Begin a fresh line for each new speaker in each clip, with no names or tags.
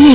意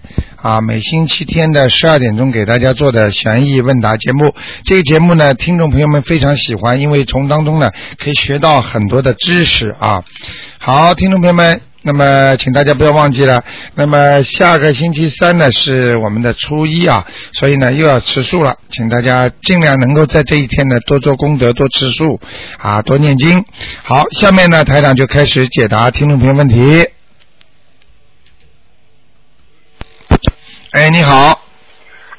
啊，每星期天的十二点钟给大家做的悬疑问答节目。这个节目呢，听众朋友们非常喜欢，因为从当中呢可以学到很多的知识啊。好，听众朋友们，那么请大家不要忘记了，那么下个星期三呢是我们的初一啊，所以呢又要吃素了，请大家尽量能够在这一天呢多做功德，多吃素啊，多念经。好，下面呢台长就开始解答听众朋友问题。哎，你好，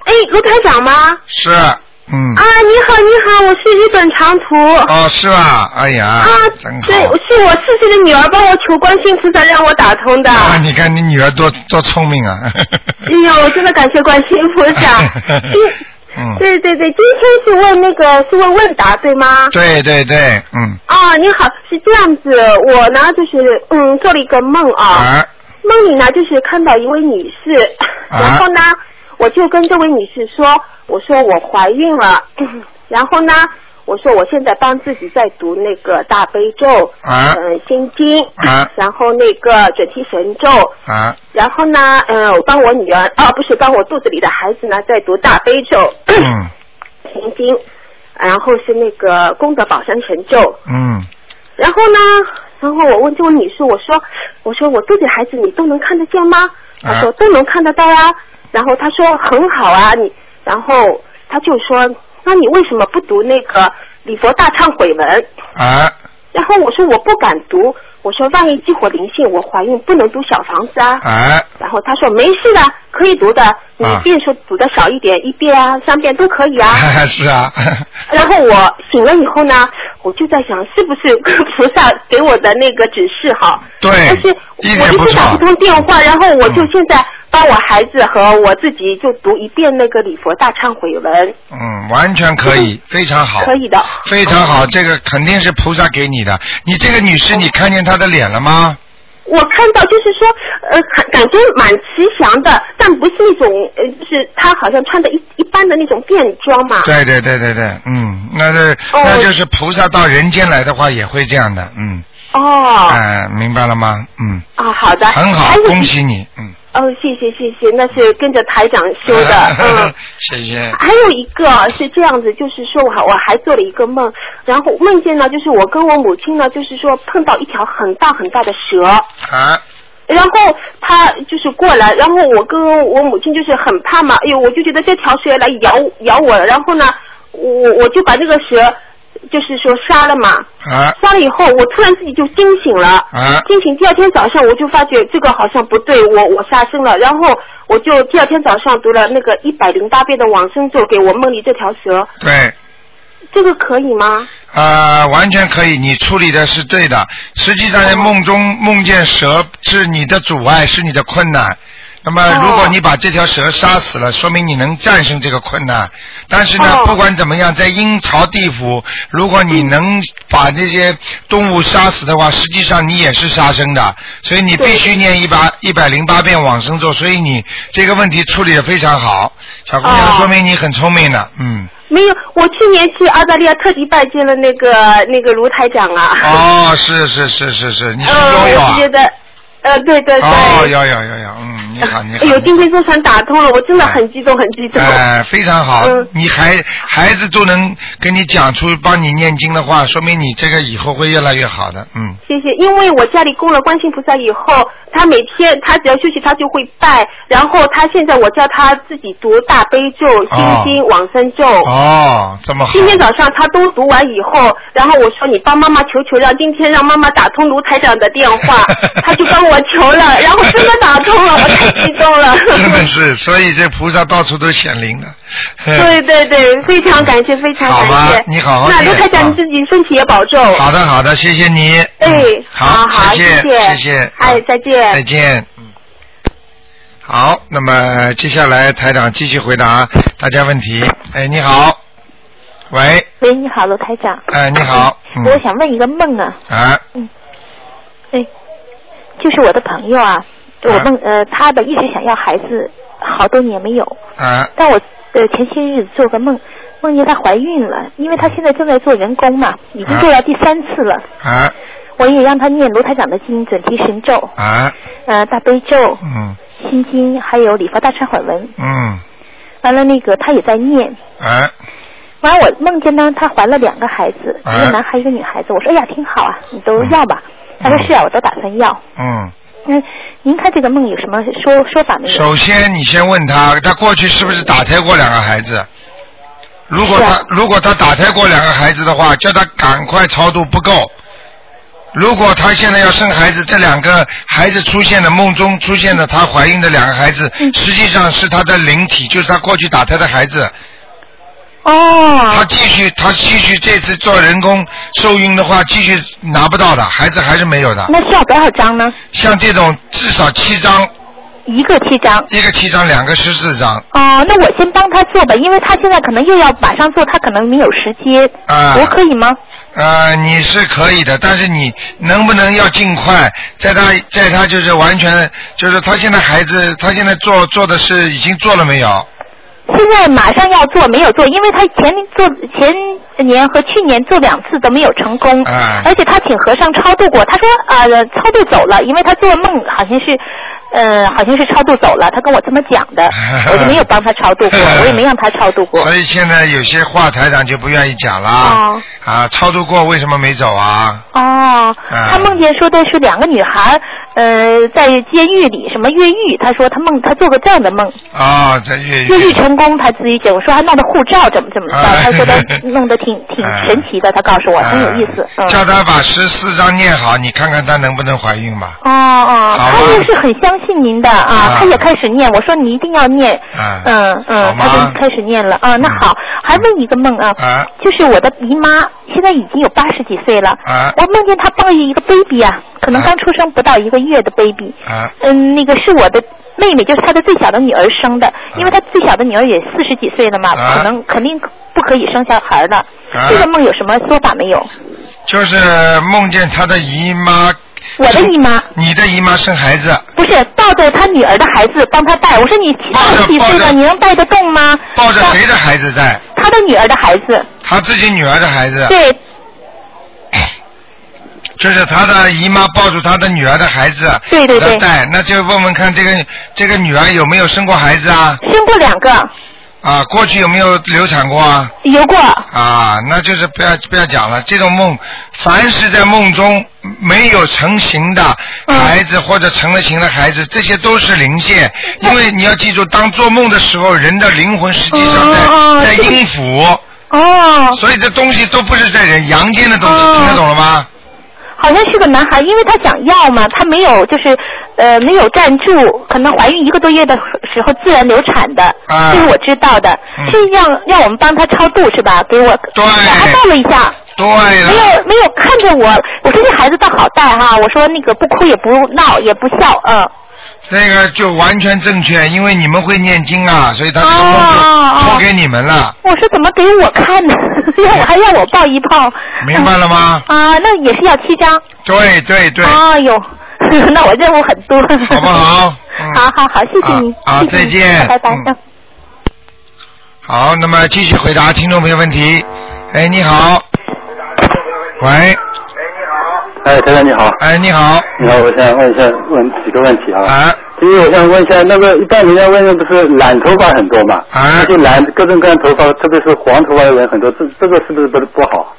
哎，卢台长吗？啊，
是，嗯，
你好，你好，我是日本长途。啊，
哦，是吧？哎呀，真好
对，我是我四岁的女儿帮我求观世音菩萨让我打通 的。
啊！你看你女儿多多聪明啊！
哎呀，我真的感谢观世音菩萨。今
嗯，
对对对，今天是问那个是问问答对吗？
对对对，嗯，
啊，你好，是这样子，我呢就是嗯做了一个梦啊，
啊
梦里呢就是看到一位女士，
啊
然后呢我就跟这位女士说，我说我怀孕了， 然后呢我说我现在帮自己在读那个大悲咒，
啊
嗯心经，
啊
然后那个准提神咒，
啊
然后呢嗯我帮我女儿啊不是帮我肚子里的孩子呢在读大悲咒，
嗯
心经，然后是那个功德宝山神咒，
嗯
然后呢，然后我问这位女士，我说，我说我自己孩子你都能看得见吗？她说都能看得到啊。然后她说很好啊，你，然后她就说，那你为什么不读那个礼佛大忏悔文？
啊
然后我说我不敢读，我说万一激活灵性，我怀孕不能读小房子啊。
啊
然后她说没事的，可以读的，你
啊
遍数读的少一点，一遍啊，三遍都可以啊。
啊！ 是啊，
然后我醒了以后呢，我就在想，是不是 菩萨给我的那个指示好？但是
对，一
我
点
一
不
直打
错
不，通电话，然后我就
嗯
现在帮我孩子和我自己就读一遍那个礼佛大忏悔文，
嗯，完全可以，非常好，
可以的。
非常好，这个肯定是菩萨给你的。你这个女
嗯
士，你看见她的脸了吗？
我看到就是说，呃，感感觉蛮慈祥的，但不是那种，呃，就是他好像穿的一一般的那种便装嘛。
对对对对对，嗯，那是
嗯哦
那就是菩萨到人间来的话，也会这样的，嗯，
哦，
哎，明白了吗？嗯，
啊，好的。
很好
还，有
恭喜你，嗯，
哦，谢谢谢谢，那是跟着台长修的， 嗯。
谢谢，
还有一个是这样子，就是说我还我还做了一个梦，然后梦见呢，就是我跟我母亲呢，就是说碰到一条很大很大的蛇，
啊
然后她就是过来，然后我跟我母亲就是很怕嘛，哎呦，我就觉得这条蛇来咬咬我了，然后呢，我我就把这个蛇就是说杀了嘛，
啊
杀了以后，我突然自己就惊醒了。
啊
惊醒第二天早上，我就发觉这个好像不对，我我杀生了。然后我就第二天早上读了那个一百零八遍的往生咒给我梦里这条蛇，
对。
这个可以吗？
啊，完全可以，你处理的是对的。实际上，在梦中梦见蛇是你的阻碍，是你的困难。那么
哦，
如果你把这条蛇杀死了，说明你能战胜这个困难。但是呢，
哦
不管怎么样，在阴曹地府，如果你能把这些动物杀死的话，实际上你也是杀生的。所以你必须念一百一百零八遍往生咒。所以你这个问题处理的非常好，小姑娘，
哦
说明你很聪明的，嗯。
没有，我去年去澳大利亚特地拜见了那个那个卢台长啊。
哦，是是是是是，你是
呃，
游
我
泳啊
是？觉得，呃，对对对。
哦，有有有有，嗯，你好 你好。
哎呦，今
你
天坐船打通了，我真的很激动，很激动。
好哎，非常好
嗯，
你孩孩子都能跟你讲出帮你念经的话，说明你这个以后会越来越好的， 嗯，
谢谢，因为我家里供了观世音菩萨以后，他每天他只要休息他就会拜，然后他现在我叫他自己读大悲咒、
哦
心经、往生咒。
哦，这么好，。
今，天早上他都读完以后，然后我说你帮妈妈求求让今天让妈妈打通卢台长的电话他就帮我求了，然后真的打通了，我太激动了
真的是，所以这菩萨到处都显灵的，
对对对，非常感谢，非常
好吧
感谢。
你好好
那
念
卢台
啊
长你自己身体也保重。
好的好的，谢谢你，
哦哎
嗯，
好好
谢
谢
嗯
谢
谢谢，
哎再见
再见，嗯，好，那么接下来台长继续回答啊大家问题。哎，你好，喂，
喂，你好，罗台长。
哎，你好，嗯，
我想问一个梦啊，
啊，
哎，就是我的朋友啊，我梦呃，他的一直想要孩子，好多年没有，
啊，
但我呃前些日子做个梦，梦见她怀孕了，因为她现在正在做人工嘛，已经做到第三次了，
啊，
我也让她念卢台长的经准提神咒，
啊，
呃大悲咒、
嗯，
心经，还有礼佛大忏悔文，
嗯，
完了那个她也在念。
啊，
完，了，我梦见呢，她怀了两个孩子，一
啊
个男孩，一个女孩子。我说，哎呀，挺好啊，你都要吧？她说是啊，我都打算要。
嗯，
嗯，您看这个梦有什么说说法没有？
首先你先问他，他过去是不是打胎过两个孩子？如果他
是啊
如果他打胎过两个孩子的话，叫他赶快超度不够。如果他现在要生孩子，这两个孩子出现的梦中出现的她怀孕的两个孩子，
嗯
实际上是她的灵体，就是她过去打胎的孩子。
哦
她继续她继续这次做人工受孕的话，继续拿不到的孩子还是没有的。
那需要多少张呢？
像这种至少七张，
一个七张。
一个七张，两个十四张。
哦，那我先帮他做吧，因为他现在可能又要马上做，他可能没有时间。
啊
我可以吗？
呃，你是可以的，但是你能不能要尽快？在他，在他就是完全，就是他现在孩子，他现在做做的是已经做了没有？
现在马上要做，没有做，因为他前做前年和去年做两次都没有成功，
啊，
而且他请和尚超度过，他说呃超度走了，因为他做梦好像是，呃好像是超度走了，他跟我这么讲 的我就没有帮他超度 过，我也没让他超度过。
所以现在有些话台长就不愿意讲啦。
哦
啊，超度过为什么没走啊？
哦，他梦见说的是两个女孩，呃，在监狱里什么越狱，他说他梦他做过这样的梦，
啊、在越
越狱
狱。
成功，他自己讲，我说还弄的护照怎么怎么着，
哎
他说他弄得挺挺
哎
神奇的，他告诉我很有意思，
啊
嗯。
叫他把十四张念好，你看看他能不能怀孕吧。
哦哦，
好吧
他也是很相信您的啊
啊，
他也开始念，我说你一定要念，
啊
嗯
好
嗯，
吗嗯
他就开始念了啊。那好，还问一个梦啊
啊，
就是我的姨妈现在已经有八十几岁了
啊，
我梦见她抱着一个 baby 啊，可能
啊
刚出生不到一个月的 baby，
啊
嗯，那个是我的。妹妹就是她的最小的女儿生的，因为她最小的女儿也四十几岁了嘛，
啊
可能肯定不可以生小孩了。
啊
这个梦有什么说法没有？
就是梦见他的姨妈，
我的姨妈
你的姨妈生孩子，
不是抱着他女儿的孩子帮他带，我说你
抱
八
着
十几岁
抱着
了，你能带得动吗？
抱着谁的孩子在？
他？他的女儿的孩子，
他自己女儿的孩子。
对，
就是他的姨妈抱住他的女儿的孩子，
对对对
要带，那就问问看这个这个女儿有没有生过孩子啊？
生过两个，
啊，过去有没有流产过啊？
有过，
啊，那就是不要不要讲了。这种梦，凡是在梦中没有成型的
嗯
孩子、或者成了型的孩子，这些都是灵性。
嗯
因为你要记住，当做梦的时候，人的灵魂实际上在、
哦哦
在
这个
阴府，
哦，
所以这东西都不是在人阳间的东西，
哦
听得懂了吗？
好像是个男孩，因为他想要嘛，他没有就是呃没有站住，可能怀孕一个多月的时候自然流产的，
啊
这是我知道的，
嗯
是让让我们帮他超度是吧？给我，
对
我还抱了一下。
对了。
没有没有看着我，我说这孩子倒好带哈、我说那个不哭也不闹也不笑，嗯，
那个就完全正确，因为你们会念经啊，所以他这个
哦
梦
哦
就
哦
托给你们了，
我说怎么给我看呢？ 让我还让我抱一抱。
明白了吗？
嗯啊，那也是要七张。
对对对，
哎呦， 那我任务很多。
好不？ 好？嗯、
好好好，谢谢你，
啊啊
谢谢
再
你
见
拜拜。
嗯
嗯
好，那么继续回答听众朋友问题。哎，你好。喂，
哎，台长你好，
哎，你好。
你好，我想问一下问几个问题啊。
啊
第一，我想问一下，那个一般人家问的不是染头发很多嘛？
啊
就染各种各样头发，特别是黄头发的人很多，这这个是不是不不好？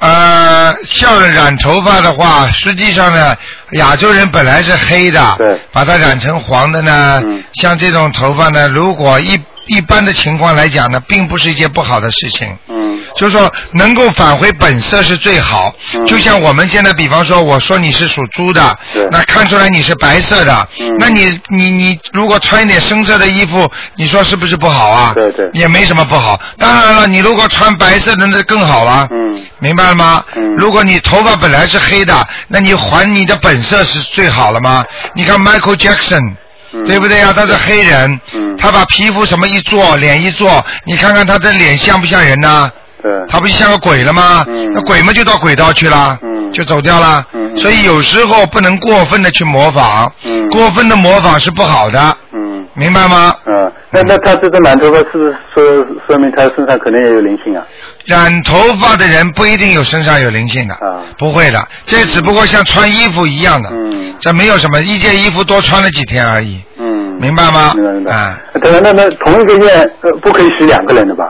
呃，像染头发的话，实际上呢，亚洲人本来是黑的，
对
把它染成黄的呢，
嗯
像这种头发呢，如果一一般的情况来讲呢，并不是一件不好的事情。
嗯
就是说能够返回本色是最好。
嗯
就像我们现在，比方说，我说你是属猪的
对，
那看出来你是白色的，
嗯
那你你你如果穿一点深色的衣服，你说是不是不好啊？
对对
也没什么不好。当然了，你如果穿白色的那更好了。
嗯
明白了吗？
嗯
如果你头发本来是黑的，那你还你的本色是最好了吗？你看 Michael Jackson，
嗯
对不对呀、他是黑人，
嗯
他把皮肤什么一做，脸一做，你看看他这脸像不像人呐、
对，
他不就像个鬼了吗？
嗯
那鬼嘛就到鬼道去了，
嗯
就走掉了。
嗯嗯
所以有时候不能过分的去模仿，
嗯
过分的模仿是不好的，
嗯
明白吗？
嗯，那那他这只染头发是不是说说明他身上肯定也有灵性啊？
染头发的人不一定有身上有灵性的，
啊
不会的，这只不过像穿衣服一样的，
嗯
这没有什么，一件衣服多穿了几天而已，
嗯，
明白吗？
明白明白。
啊，
呃对了，那那同一个院呃不可以许两个人的吧？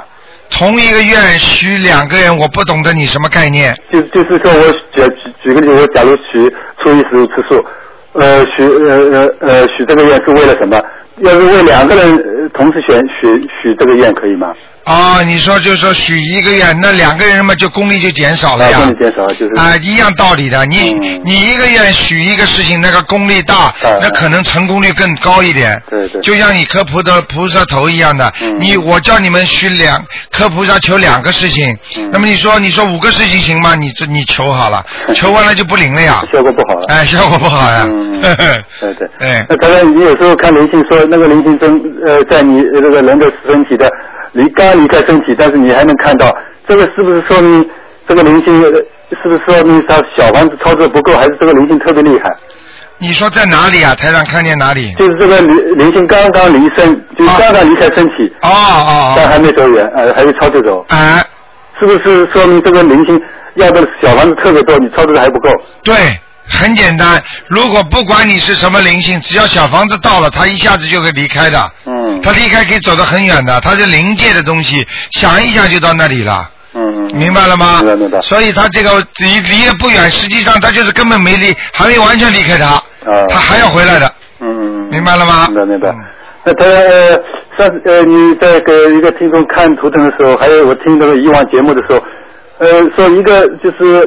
同一个院许两个人，我不懂得你什么概念，
就就是说我举举举个例子，我假如许初一十五吃素，呃许呃呃呃许这个愿是为了什么？要是为两个人呃同时选许许这个愿可以吗？
哦，你说就是说许一个愿，那两个人嘛就功力就减少了呀。
啊功力减少就是
啊、一样道理的。你、
嗯
你一个愿许一个事情，那个功力大，
嗯
那可能成功率更高一点。
对对
就像你磕菩萨菩萨头一样的，
嗯
你我叫你们许两磕菩萨求两个事情，
嗯
那么你说你说五个事情行吗？你这你求 好了，求完了就不灵了呀。
效果不好了。
哎，效果不好呀。
嗯对对，
哎
那当然，你有时候看灵性说那个灵性中，呃，在你呃这个人的身体的离刚离开身体，但是你还能看到，这个是不是说明这个灵性呃是不是说明他小房子操作不够，还是这个灵性特别厉害？
你说在哪里啊？台上看见哪里？
就是这个灵灵性刚刚离身，就是刚刚离开身体，
哦哦
但
哦，
还没走远，呃，还没超度走，
哎，
是不是说明这个灵性要的小房子特别多，你超度的还不够？
对，很简单。如果不管你是什么灵性，只要小房子到了，它一下子就会离开的。
嗯
它离开可以走得很远的，它是灵界的东西，想一想就到那里了，
嗯，嗯
明白了吗？
明白明白。
所以它这个离离得不远，实际上它就是根本没离，还没完全离开它，
啊
它还要回来的，
嗯，
明白了吗？
明白明白
嗯。
那他呃，上次呃，你在给一个听众看图腾的时候，还有我听那个以往节目的时候，呃，说一个就是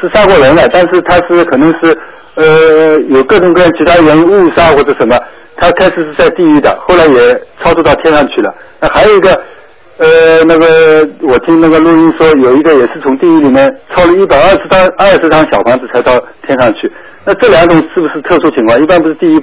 是杀过人了，但是他是可能是呃有各种各样其他原因误杀或者什么，他开始是在地狱的，后来也超度到天上去了。那还有一个呃，那个我听那个录音说，有一个也是从地狱里面抄了一百二十张二十张小房子才到天上去。那这两种是不是特殊情况？一般不是地狱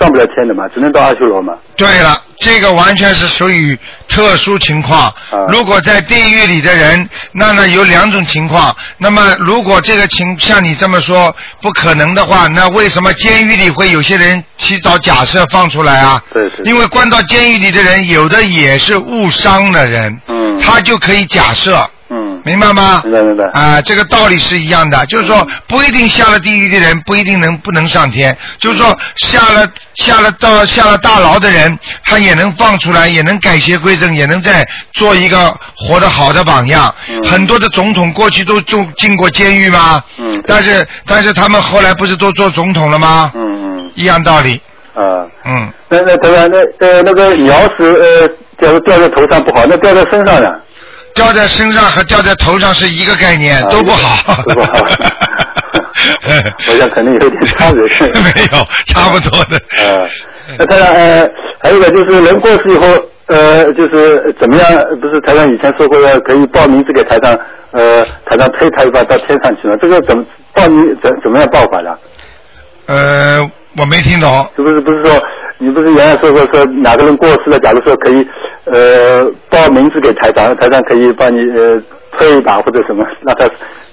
上不了天的嘛，只能到阿修罗嘛。
对了，这个完全是属于特殊情
啊
况。如果在地狱里的人，那呢有两种情况。那么如果这个情像你这么说不可能的话，那为什么监狱里会有些人提早假设放出来啊？
对对
因为关到监狱里的人，有的也是误伤的人，
嗯
他就可以假设，
嗯，
明白吗？
明白明白
啊、这个道理是一样的，就是说不一定下了地狱的人不一定能不能上天，就是说下了下了到下了大牢的人，他也能放出来，也能改邪归正，也能再做一个活得好的榜样。
嗯
很多的总统过去都都进过监狱吗？
嗯
但是但是他们后来不是都做总统了吗？
嗯
一样道理。
嗯啊，
嗯，
那那当然，那呃那个鸟屎呃，假如掉在头上不好，那掉在身上 呢？
掉在身上和掉在头上是一个概念，
啊
都不好。
都不好我想可能有点差别
没有， 差不多的。
呃，那台长呃，还有一个就是人过世以后，呃，就是怎么样？呃不是台长以前说过要可以报名字给台长，呃，台长推他一把到天上去了，这个怎么报名怎怎么样报法的？
呃，我没听懂。
是不是不是说你不是原来说过说哪个人过世了，假如说可以呃报名字给台长，台长可以帮你呃推一把或者什么，让他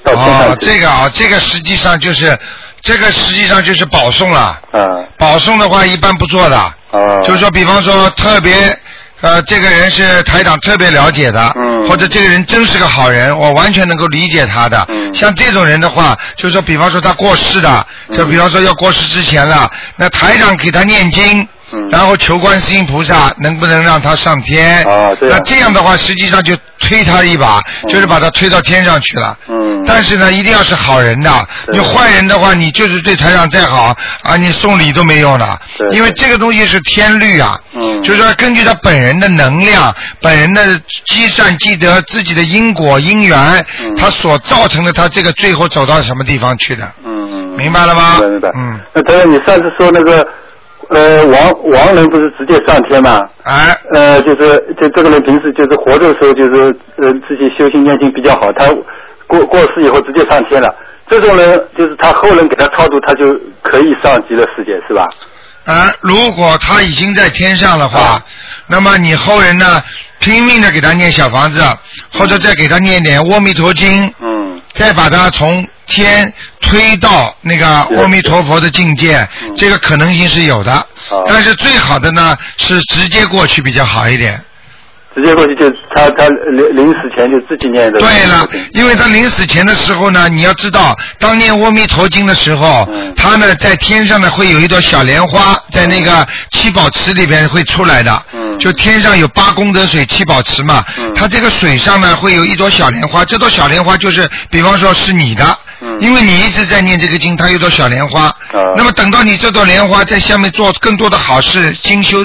到天
哦
上，去。
这个啊，这个实际上就是，这个实际上就是保送了。
啊
保送的话，一般不做的。
啊，
就是说，比方说特别，呃，这个人是台长特别了解的，
嗯
或者这个人真是个好人，我完全能够理解他的。
嗯
像这种人的话，就是说，比方说他过世的，就比方说要过世之前了，那台长给他念经。
嗯
然后求观世音菩萨能不能让他上天？
啊对啊
那这样的话，实际上就推他一把，就是把他推到天上去了。
嗯
但是呢，一定要是好人的。
对
你坏人的话，你就是对台长再好啊，你送礼都没用的
对，
因为这个东西是天律啊。
嗯
就是说，根据他本人的能量、本人的积善积德、自己的因果因缘，
嗯
他所造成的他这个最后走到什么地方去的，
嗯，
明白了吗？
明白明白。
嗯，
那台长，你上次说那个呃亡亡人不是直接上天吗？
哎，
呃，就是就这个人平时就是活着的时候就是呃自己修心念经比较好，他过过世以后直接上天了。这种人就是他后人给他超度，他就可以上极乐世界，是吧？
啊，如果他已经在天上的话，
啊
那么你后人呢，拼命的给他念小房子，或者再给他念点阿弥陀经，
嗯，
再把他从天推到那个阿弥陀佛的境界，这个可能性是有的
嗯好。
但是最好的呢是直接过去比较好一点。
直接过去就他他临临死前就自己念的。
对了，因为他临死前的时候呢，你要知道，当念阿弥陀经的时候，
嗯
他呢在天上呢会有一朵小莲花在那个七宝池里边会出来的，
嗯
就天上有八功德水七宝池嘛，
嗯
它这个水上呢会有一朵小莲花，这朵小莲花就是，比方说是你的。
嗯啊
因为你一直在念这个经，它有朵小莲花。那么等到你这朵莲花在下面做更多的好事，精修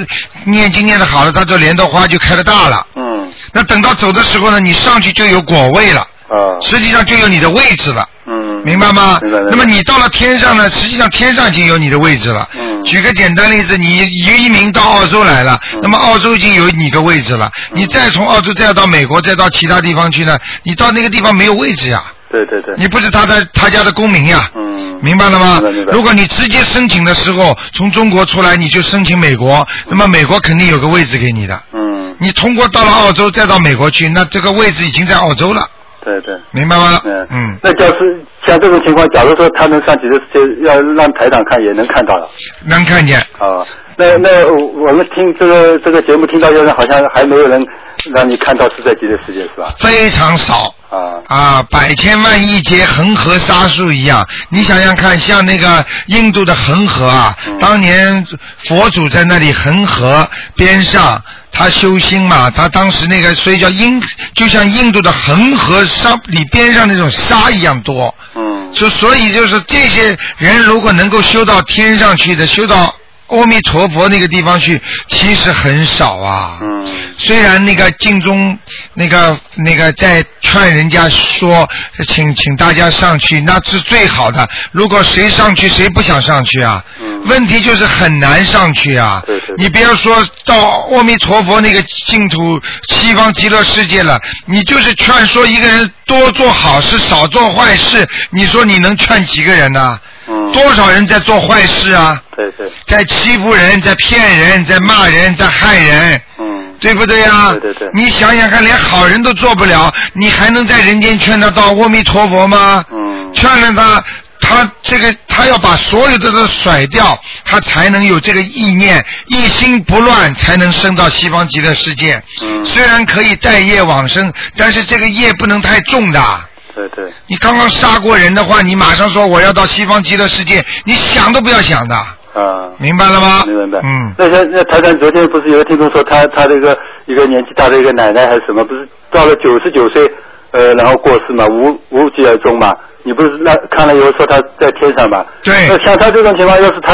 念经念的好了，它这莲朵花就开得大了。
嗯
那等到走的时候呢，你上去就有果位了，
啊
实际上就有你的位置了，
嗯，
明白吗？
明白明白
那么你到了天上呢，实际上天上已经有你的位置了。
嗯
举个简单例子，你移民到澳洲来了，那么澳洲已经有你个位置了，
嗯
你再从澳洲再到美国，再到其他地方去呢，你到那个地方没有位置呀，
对对对，
你不是他的他家的公民呀。
嗯
明白了吗
明白明？白
如果你直接申请的时候从中国出来，你就申请美国，那么美国肯定有个位置给你的。
嗯
你通过到了澳洲，再到美国去，那这个位置已经在澳洲了，
对对。
明白吗？
嗯
啊嗯，，
那就是像这种情况，假如说他能上几十就要让台长看也能看到了
能看见。
啊。那那我们听这个这个节目听到现在，好像还没有人让你看到是在极乐世界是吧？
非常少
啊，
啊，百千万亿劫恒河沙数一样。你想想看，像那个印度的恒河啊，
嗯
当年佛祖在那里恒河边上，他修心嘛，他当时那个所以叫印，就像印度的恒河沙里边上那种沙一样多。
嗯
就所以就是这些人如果能够修到天上去的，修到阿弥陀佛那个地方去，其实很少啊。
嗯
虽然那个净宗那个那个在劝人家说，请请大家上去，那是最好的。如果谁上去，谁不想上去啊？
嗯
问题就是很难上去啊。
对对对
你不要说到阿弥陀佛那个净土西方极乐世界了，你就是劝说一个人多做好事，少做坏事，你说你能劝几个人呢、啊
嗯，
多少人在做坏事啊？
对对，
在欺负人，在骗人，在骂人，在害人。
嗯
对不对啊？
对对对
你想想看，连好人都做不了，你还能在人间劝他到阿弥陀佛吗？
嗯
劝了他，他这个他要把所有的都甩掉，他才能有这个意念，一心不乱，才能升到西方极乐世界。
嗯
虽然可以带业往生，但是这个业不能太重的。
对对，
你刚刚杀过人的话，你马上说我要到西方极乐世界，你想都不要想的，
啊。
明白了吗？
明白。
嗯。
那像那台长昨天不是有个听众说他他这个一个年纪大的一个奶奶还是什么，不是到了九十九岁，呃，然后过世嘛，无无疾而终嘛。你不是那看了以后说他在天上嘛？
对
那像他这种情况，要是他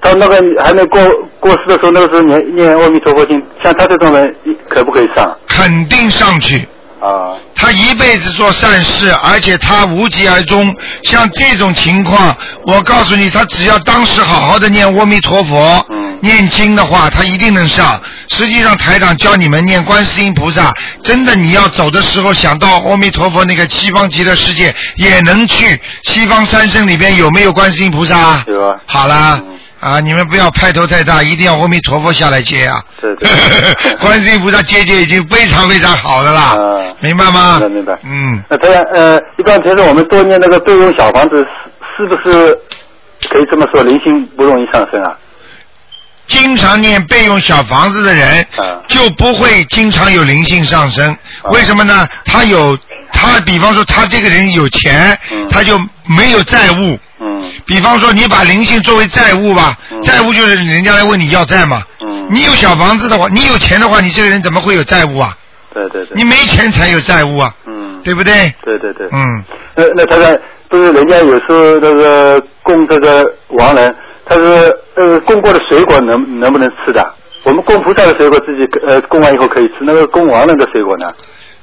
他那个还没过过世的时候，那个时候念念阿弥陀佛经，像他这种人可不可以上
肯定上去。
啊？
他一辈子做善事，而且他无疾而终。像这种情况，我告诉你，他只要当时好好的念阿弥陀佛，
嗯
念经的话，他一定能上。实际上，台长教你们念观世音菩萨，真的，你要走的时候想到阿弥陀佛那个西方极乐世界，也能去。西方三圣里边有没有观世音菩萨？
有啊
好啦
嗯，
啊，你们不要派头太大，一定要阿弥陀佛下来接啊。
对 对
观世音菩萨接接已经非常非常好的啦。
嗯
明白吗？
明白明白
嗯，
那台长呃，一般平时我们多念那个备用小房子，是是不是可以这么说，灵性不容易上升啊？
经常念备用小房子的人，
嗯
就不会经常有灵性上升。为什么呢？他有他，比方说他这个人有钱，
嗯
他就没有债务。
嗯
比方说，你把灵性作为债务吧，
嗯
债务就是人家来问你要债嘛。
嗯，
你有小房子的话，你有钱的话，你这个人怎么会有债务啊？
对对对，
你没钱才有债务啊，
嗯，
对不对？
对对对，
嗯，
那那他在不是人家有时候那个供这个亡人，他是呃供过的水果能能不能吃的？我们供菩萨的水果自己呃供完以后可以吃，那个供亡人的水果呢，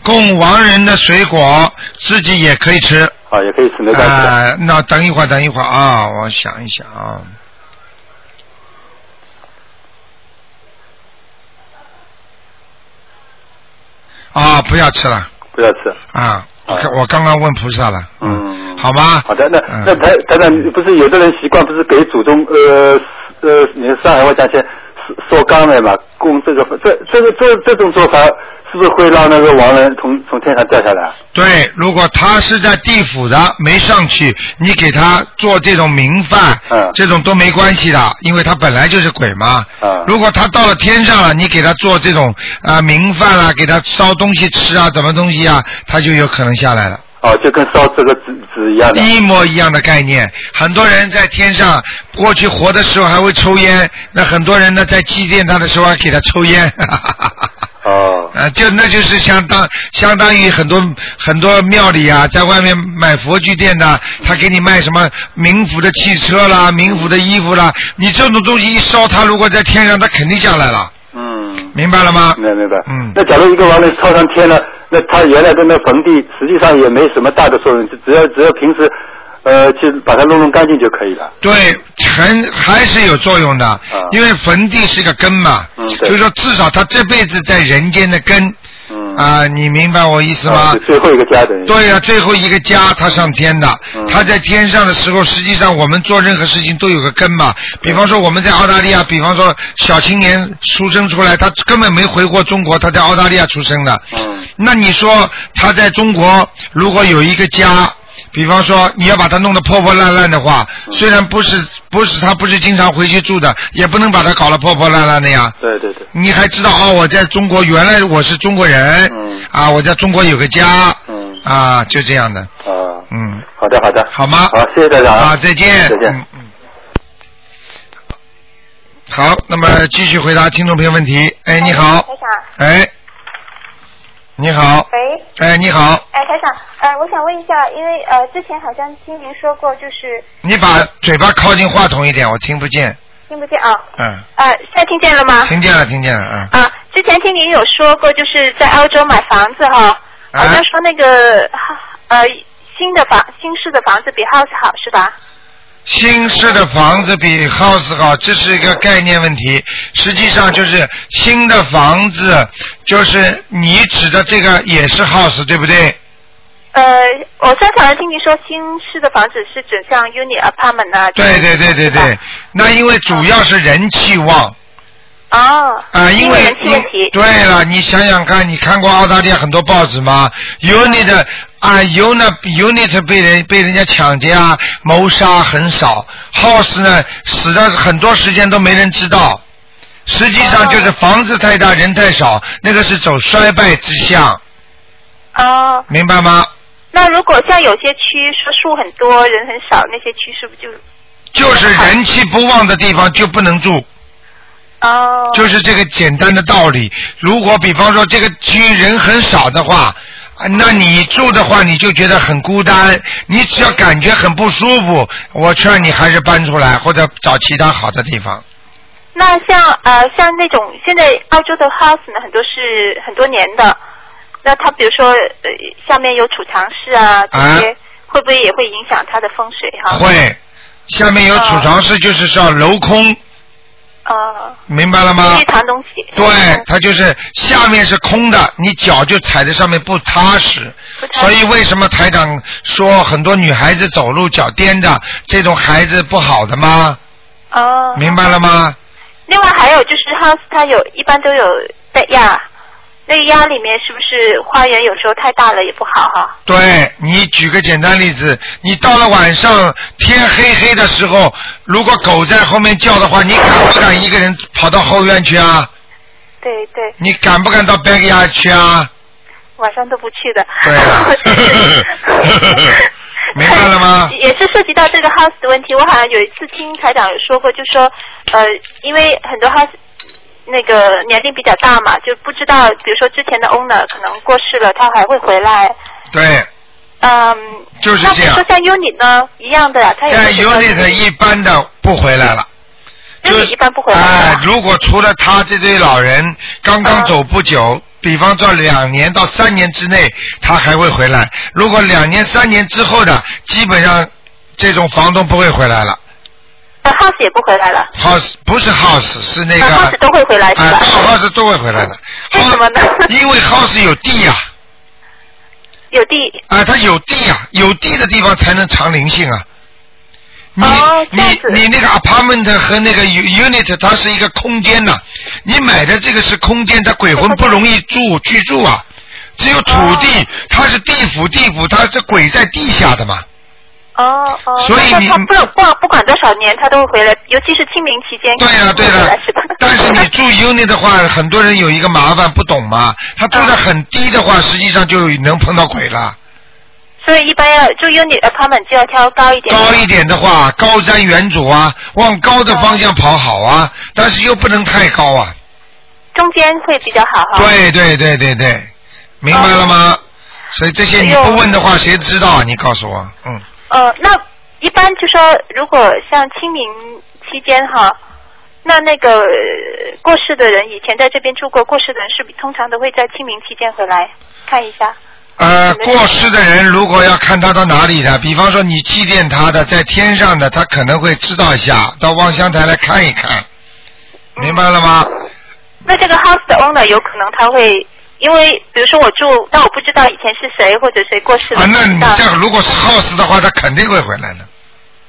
供亡人的水果自己也可以吃。
啊也可以吃，没关系的。
啊，那等一会儿，等一会儿啊，我想一想啊。啊，不要吃了
不要吃。
啊！我
啊
刚我刚刚问菩萨了，
嗯
好吧？
好的，那
嗯
那台台长不是有的人习惯不是给祖宗呃呃，你上海话讲起来说刚来嘛，供这个这这个这这种做法，是不是会让那个亡人从从天上掉下来啊？
对，如果他是在地府的没上去，你给他做这种名饭，
嗯
这种都没关系的，因为他本来就是鬼嘛。
嗯
如果他到了天上了，你给他做这种啊、名饭啦、给他烧东西吃啊，怎么东西啊，他就有可能下来了。
哦，就跟烧这个纸纸一样的。
一模一样的概念。很多人在天上过去活的时候还会抽烟，那很多人呢在祭奠他的时候还给他抽烟。
哦，
啊，就那就是相当相当于很多很多庙里啊，在外面买佛具店的，他给你卖什么冥府的汽车啦、冥府的衣服啦，你这种东西一烧，他如果在天上，他肯定下来了，
嗯，
明白了吗？
明白明白。
嗯
那假如一个亡人超上天了，那他原来的那坟地实际上也没什么大的作用，就只要只要平时呃去把它弄弄干净就可以了。
对，很还是有作用的，因为坟地是个根嘛，
啊嗯对
就是说至少他这辈子在人间的根
嗯。
啊、你明白我意思吗？
啊就最后一个家等于。
对呀、最后一个家他上天的，
嗯
他在天上的时候，实际上我们做任何事情都有个根嘛。比方说我们在澳大利亚，比方说小青年出生出来，他根本没回过中国，他在澳大利亚出生的。
嗯
那你说他在中国如果有一个家，比方说你要把它弄得破破烂烂的话，
嗯
虽然不是不是他不是经常回去住的，也不能把它搞得破破烂烂的呀。
对对对，
你还知道哦，我在中国原来我是中国人，
嗯
啊，我在中国有个家，
嗯
啊，就这样的，
啊，
嗯，
好的好的，
好吗？
好，谢谢大家
啊，再见，
再见。
嗯嗯好，那么继续回答听众朋友问题。哎，你好，
台长，
哎，你好，
喂，
哎，你好，
哎，台长，呃，我想问一下，因为呃，之前好像听您说过，就是
你把嘴巴靠近话筒一点，我听不见。
听不见啊，
嗯，
呃，现在听见了吗？
听见了，听见了，啊、
啊，之前听您有说过，就是在澳洲买房子哈，好
啊
像说那个呃新的房新式的房子比 house 好是吧？
新式的房子比 house 好，这是一个概念问题。实际上就是新的房子，就是你指的这个也是 house，对不对？
呃，我上次好像听您说新式的房子是指像 uni apartment 啊，
对对对对对。那因为主要是人气旺
哦，
啊、因
因为
为
人气问题，
对了，你想想看，你看过澳大利亚很多报纸吗？unit 啊、u n i t unit 被人被人家抢劫啊、谋杀很少，house 呢死的很多时间都没人知道。实际上就是房子太大，人太少，那个是走衰败之象，
哦，
明白吗？
那如果像有些区说树很多人很少，那些区是不是就
就是人气不旺的地方就不能住，
哦？
就是这个简单的道理。如果比方说这个区人很少的话，啊那你住的话你就觉得很孤单，你只要感觉很不舒服，我劝你还是搬出来或者找其他好的地方。
那像呃像那种现在澳洲的 house 呢，很多是很多年的，那它比如说呃下面有储藏室啊这些，
啊
会不会也会影响它的风水哈？
会，下面有储藏室，就是叫镂空，
啊，
明白了吗？
去藏东西。
对，它就是下面是空的，你脚就踩在上面不踏实。
不太
所以为什么台长说很多女孩子走路脚颠着，这种孩子不好的吗？
哦，
明白了吗？
另外还有就是 house 它有一般都有带压，那个压里面是不是花园有时候太大了也不好哈？
对你举个简单例子，你到了晚上天黑黑的时候，如果狗在后面叫的话，你敢不敢一个人跑到后院去啊？
对对，
你敢不敢到 backyard 去啊？
晚上都不去 的。
对 啊明白了吗
也是涉及到这个 house 的问题。我好像有一次听台长有说过，就说呃，因为很多 house 那个年龄比较大嘛，就不知道，比如说之前的 owner 可能过世了，他还会回来。
对，
嗯，
就是
那比
这
如
样
说。像 unit 呢，一样的呀、他也
在
会回来
unit 一般的不回来了。就
unit 一般不回来
哎、
的。
如果除了他这对老人刚刚走不久，比方说两年到三年之内，他还会回来。如果两年三年之后的，基本上这种房东不会回来了。
呃 house 也不回来了。
house 不是 house 是那个
呃 house 都会回来是
啊
吧？
，house 都会回来的。
为什么呢
因为 house 有地呀、
有地
啊，他有地呀、有地的地方才能藏灵性啊。你、
哦这
你
样子
你那个 apartment 和那个 u- unit 它是一个空间呐、你买的这个是空间，它鬼魂不容易住居住啊。只有土地，
哦
它是地府，地府它是鬼在地下的嘛。
哦哦，
所以
那
你
他不不管不管多少年，他都会回来，尤其是清明期间。
对了对啊了
是吧？，
但是你住 unit 的话，很多人有一个麻烦，不懂嘛。他住的很低的话，实际上就能碰到鬼了。
所以一般要住 unit apartment 就要挑高一点。
高一点的话，高瞻远瞩啊，往高的方向跑好啊，但是又不能太高啊。
中间会比较好哈。。啊哦
对对对对对，明白了吗？所以这些你不问的话，谁知道啊？你告诉我，嗯，
哎呃，那一般就说，如果像清明期间哈，那那个呃过世的人以前在这边住过，过世的人是不通常都会在清明期间回来看一下。
呃，
没事
过世的人如果要看他到哪里的，比方说你祭奠他的，在天上的，他可能会知道一下，到望乡台来看一看，明白了吗？
那这个 house 的 owner 有可能他会，因为比如说我住，但我不知道以前是谁或者谁过世的，
啊，那你
不知
这
道
样如果是 house 的话，他肯定会回来 的，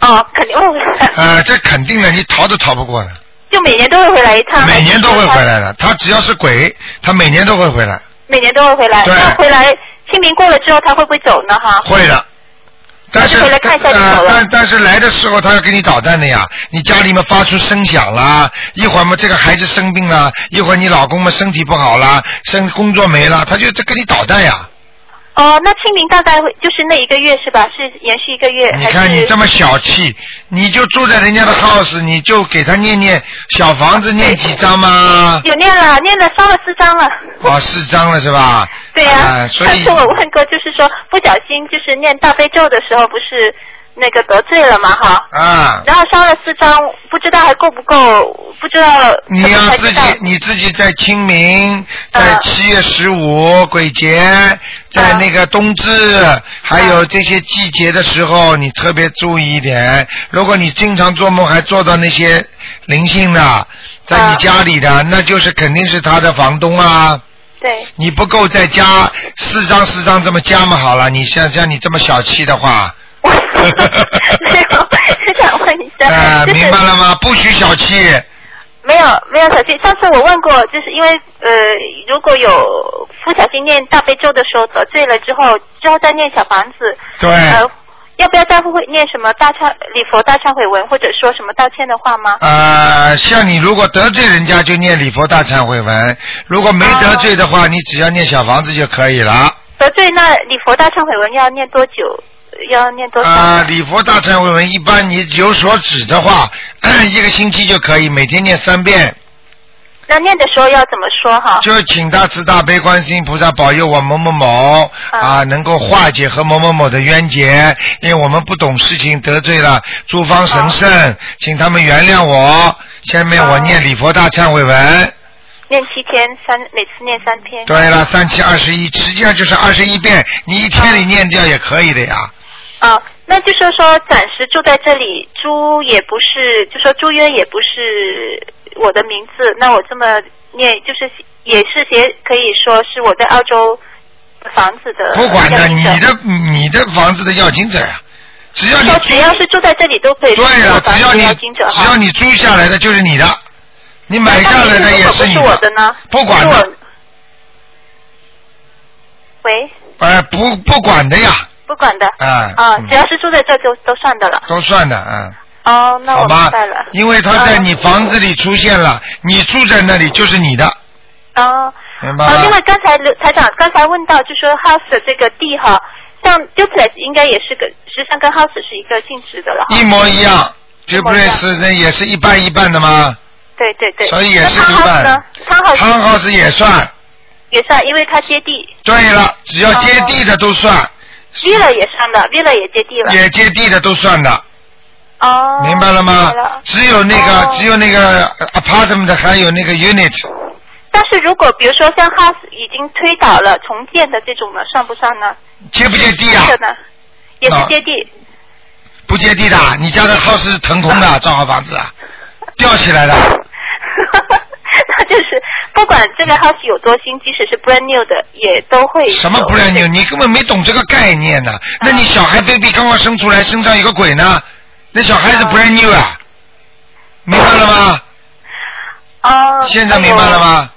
哦，肯定会回来，
呃，这肯定的，你逃都逃不过的，
就每年都会回来一趟，
每年都会
还是
回
说他，
来的。他只要是鬼，他每年都会回来，
每年都会回来。
对
那回来清明过了之后，他会不会走呢？哈，
会的。但是
他就回来看一下就
呃
走了
但但是来的时候他要给你捣蛋的呀，你家里面发出声响啦，一会儿嘛这个孩子生病啦，一会儿你老公嘛身体不好啦，生工作没了，他就这跟你捣蛋呀。
哦，那清明大概会就是那一个月是吧？是延续一个月
你
还
看你
是
这？么小气，你就住在人家的 house，你就给他念念小房子念几张啊嘛？
有念了，念了烧了四张了。
哦，四张了是吧？
对呀、
啊所
上
以
次我问过，就是说不小心就是念大悲咒的时候，不是那个得罪了嘛哈。
啊，
然后烧了四张，不知道还够不够，不知道
你
什么
要
才
自
知
己
道。呃
你自己在清明，在七月十五鬼节，在那个冬至，还
呃
有这些季节的时候，你特别注意一点。如果你经常做梦，还做到那些灵性的，在你
嗯
家里的，那就是肯定是他的房东啊。
对，
你不够再加四张四张这么加嘛好了，你像像你这么小气的话，
我没有，是想问一下，
呃，
就是
明白了吗？不许小气，
没有没有小新，上次我问过，就是因为呃，如果有不小心念大悲咒的时候得罪了之后，之后再念小房子，
对。
呃，要不要再会念什么大忏礼佛大忏悔文，或者说什么道歉的话吗？
呃，像你如果得罪人家，就念礼佛大忏悔文；如果没得罪的
哦
话，你只要念小房子就可以了。
得罪那礼佛大忏悔文要念多久？要念多少？
呃，礼佛大忏悔文一般你有所指的话， 一个星期就可以，每天念三遍。
那念的时候要怎么说哈？
就请大慈大悲观世音菩萨保佑我某某某
嗯
啊，能够化解和某某某的冤结，因为我们不懂事情得罪了诸方神
嗯
圣，请他们原谅我。下面我念礼佛大忏悔文。
念七天三，每次念三篇。
对了，三七二十一，实际上就是二十一遍，你一天里念掉也可以的呀。
啊，那就是说暂时住在这里，租也不是，就说租约也不是我的名字。那我这么念，就是也是也可以说是我在澳洲房子的
不管
要
的，
领
你
者
的你的房子的要经者呀，只要你
说只要是住在这里都可以是
对
我
了，
房
只要
子
你
要经者
只要
哈。
你租下来的就是你的，你买下来的也
那
你
如果不是我的呢？
不管
是
的
我，。喂，
呃，不不管的呀，
不管的。
啊
啊，
嗯
只要是住在这就都算的了。
都算的啊，
哦，那
好
我明
吧
白了。？
因为他在
嗯
你房子里出现了，你住在那里就是你的，
哦。
明白
啊，另外
吗？
刚才刘台长刚才问到，就说 house 的这个地哈，像 duplex 应该也是个，实际上跟 house 是一个性质的了哈。
一模一样，就不
模一
认
样
识那也是一半一半的吗？
对对对。
所以也是
那
一
townhouse 呢
半。
？townhouse
汤 house 也算。
也算，因为它接地。
对了，只要接地的都算，
哦 villa 也算的，villa 也接地了。
也接地的都算的，
哦。
明白了吗
明白了？
只有那个，
哦
只有那个 apartment 还有那个 unit，
但是如果比如说像 house 已经推倒了重建的这种呢，算不算呢？
接不接地啊
这？个呢，也是
那
接地。
不接地的，你家的 house 是腾 空的，造好房子啊，吊起来的，
那就是不管这个 house 有多新，即使是 brand new 的，也都会有
什么 不
哦
然你你根本没懂这个概念呢？那你小孩 baby 刚刚生出来，身上有个鬼呢，那小孩子 brand new 啊，明白了吗？
哦，
现在明白
哎
了
呦？
吗？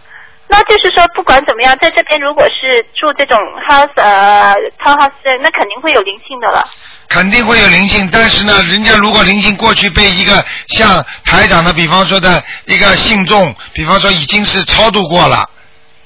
那就是说，不管怎么样，在这边如果是住这种 house 呃 townhouse，那肯定会有灵性的了。
肯定会有灵性，但是呢，人家如果灵性过去被一个像台长的，比方说的一个信众，比方说已经是超度过了，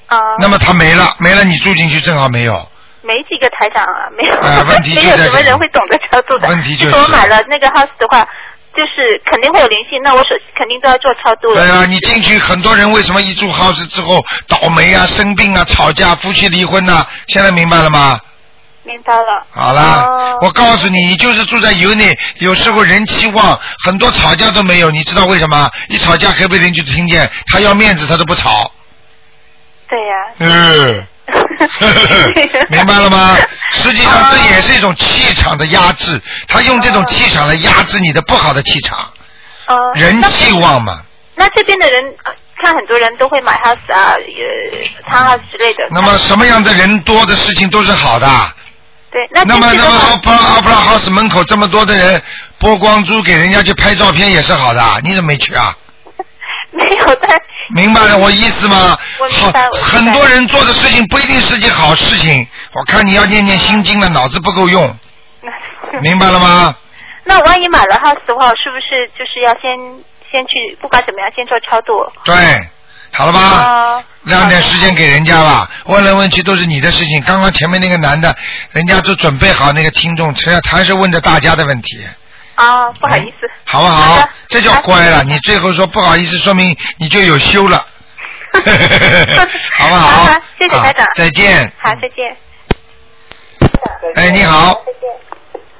啊、
那么他没了，没了，你住进去正好没有。
没几个台长啊，没有，
啊问题就
没有
在
什么
这里
人会懂得超度的。
问题就是
如果我买了那个 house 的话，就是肯定会有灵性，那我首肯定都要做超度了。
对啊，你进去很多人为什么一住 house 之后倒霉啊、生病啊、吵架、夫妻离婚呐、啊现在明白了吗？
明白了。
好啦，
哦
我告诉你，你就是住在有你，有时候人气旺，很多吵架都没有，你知道为什么？一吵架隔壁邻居听见，他要面子他都不吵。
对呀、
嗯，明白了吗？实际上
哦
这也是一种气场的压制，他用这种气场来压制你的不好的气场，
哦，
人气旺嘛。
那。那这边的人，呃看很多人都会买 house 啊，呃，townhouse 之类的。
那么什么样的人多的事情都是好的。
对，那
那么
进去
那
的
么
话
opera opera house 门口这么多的人，剥光珠给人家去拍照片也是好的啊，你怎么没去啊？
没有，但
明白了我意思吗？
我
好
明白，我明白
很多人做的事情不一定是件好事情。我看你要念念心经了，脑子不 够用，明白了吗？
那万一买了 house 的话，是不是就是要先先去，不管怎么样，先做超度？
对，好了吧？
啊
让点时间给人家吧，问来问去都是你的事情。刚刚前面那个男的，人家都准备好那个听众，实际上他是问的大家的问题。
啊，不好意思。
好不
好
好
的？
这叫
好
乖了。你最后说不好意思，说明你就有修 了，好不好？
好的谢谢台长
好再见。
好，再见。
哎，你好。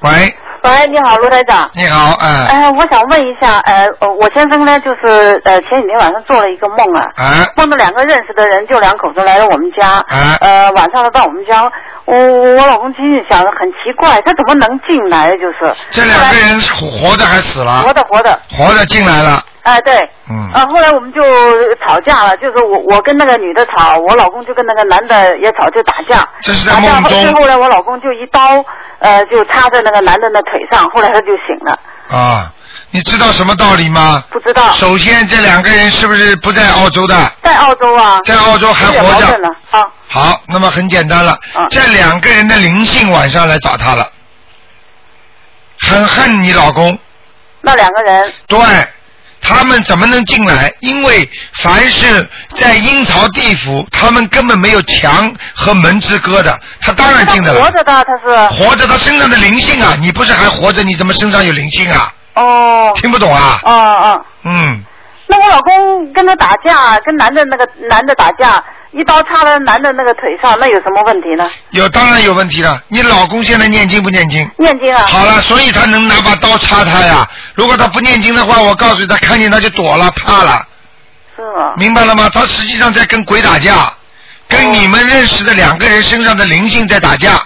喂，
喂，你好，卢台长。
你好，哎、
哎、我想问一下，呃，呃我先生呢，就是呃前几天晚上做了一个梦啊，
哎，
梦到两个认识的人，就两口子来到我们家，
哎
呃，晚上到我们家，我我老公心里想着很奇怪，他怎么能进来？啊就是
这两个人啊活活的还死
活
了？
的活的，
活的进来了，
哎、对。
嗯，
啊，后来我们就吵架了，就是我我跟那个女的吵，我老公就跟那个男的也吵，就打架。
这是在
打架
梦
后，最
中
后呢，我老公就一刀，呃，就插在那个男的那腿上，后来他就醒了，
啊。你知道什么道理吗？
不知道
首先，这两个人是不是不在澳洲的？
在澳洲啊，
在澳洲还
有点
活
矛盾
着。
了啊，
好，那么很简单了，
嗯
这两个人的灵性晚上来找他了，很恨你老公，
那两个人
对，他们怎么能进来？因为凡是在阴曹地府，他们根本没有墙和门之隔的，他当然进得
他活
来。
着的，他是
活着，他身上的灵性啊！你不是还活着，你怎么身上有灵性啊？
哦
听不懂啊？
哦哦，
嗯，
那我老公跟他打架，跟男的那个男的打架，一刀插在男的那个腿上，那有什么问题呢？
有当然有问题了。你老公现在念经不念经？
念经啊，
好了，所以他能拿把刀插他呀。如果他不念经的话，我告诉你，他看见他就躲了，怕了，
是吗？
嗯
明白了吗？他实际上在跟鬼打架，跟你们认识的两个人身上的灵性在打架。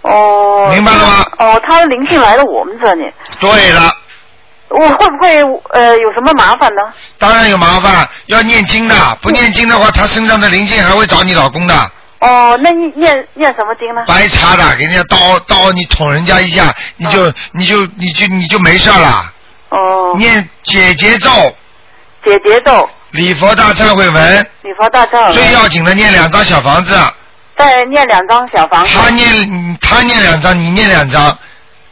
哦，
明白了吗
哦，他的灵性来到我们这里，
对了，
我会不会呃有什么麻烦呢？
当然有麻烦，要念经的，
嗯
不念经的话，他身上的灵性还会找你老公的，
哦，那你念念什么经呢？
白查的，给人家刀刀你捅人家一下，你
嗯
就、你就你就你就没事儿了。
哦，
念姐姐咒、
解结咒、
礼佛大忏悔文，
礼佛大忏
最
悔文，
要紧的念两张小房子，
再念两张小房子。
他念他嗯念两张，你念两张，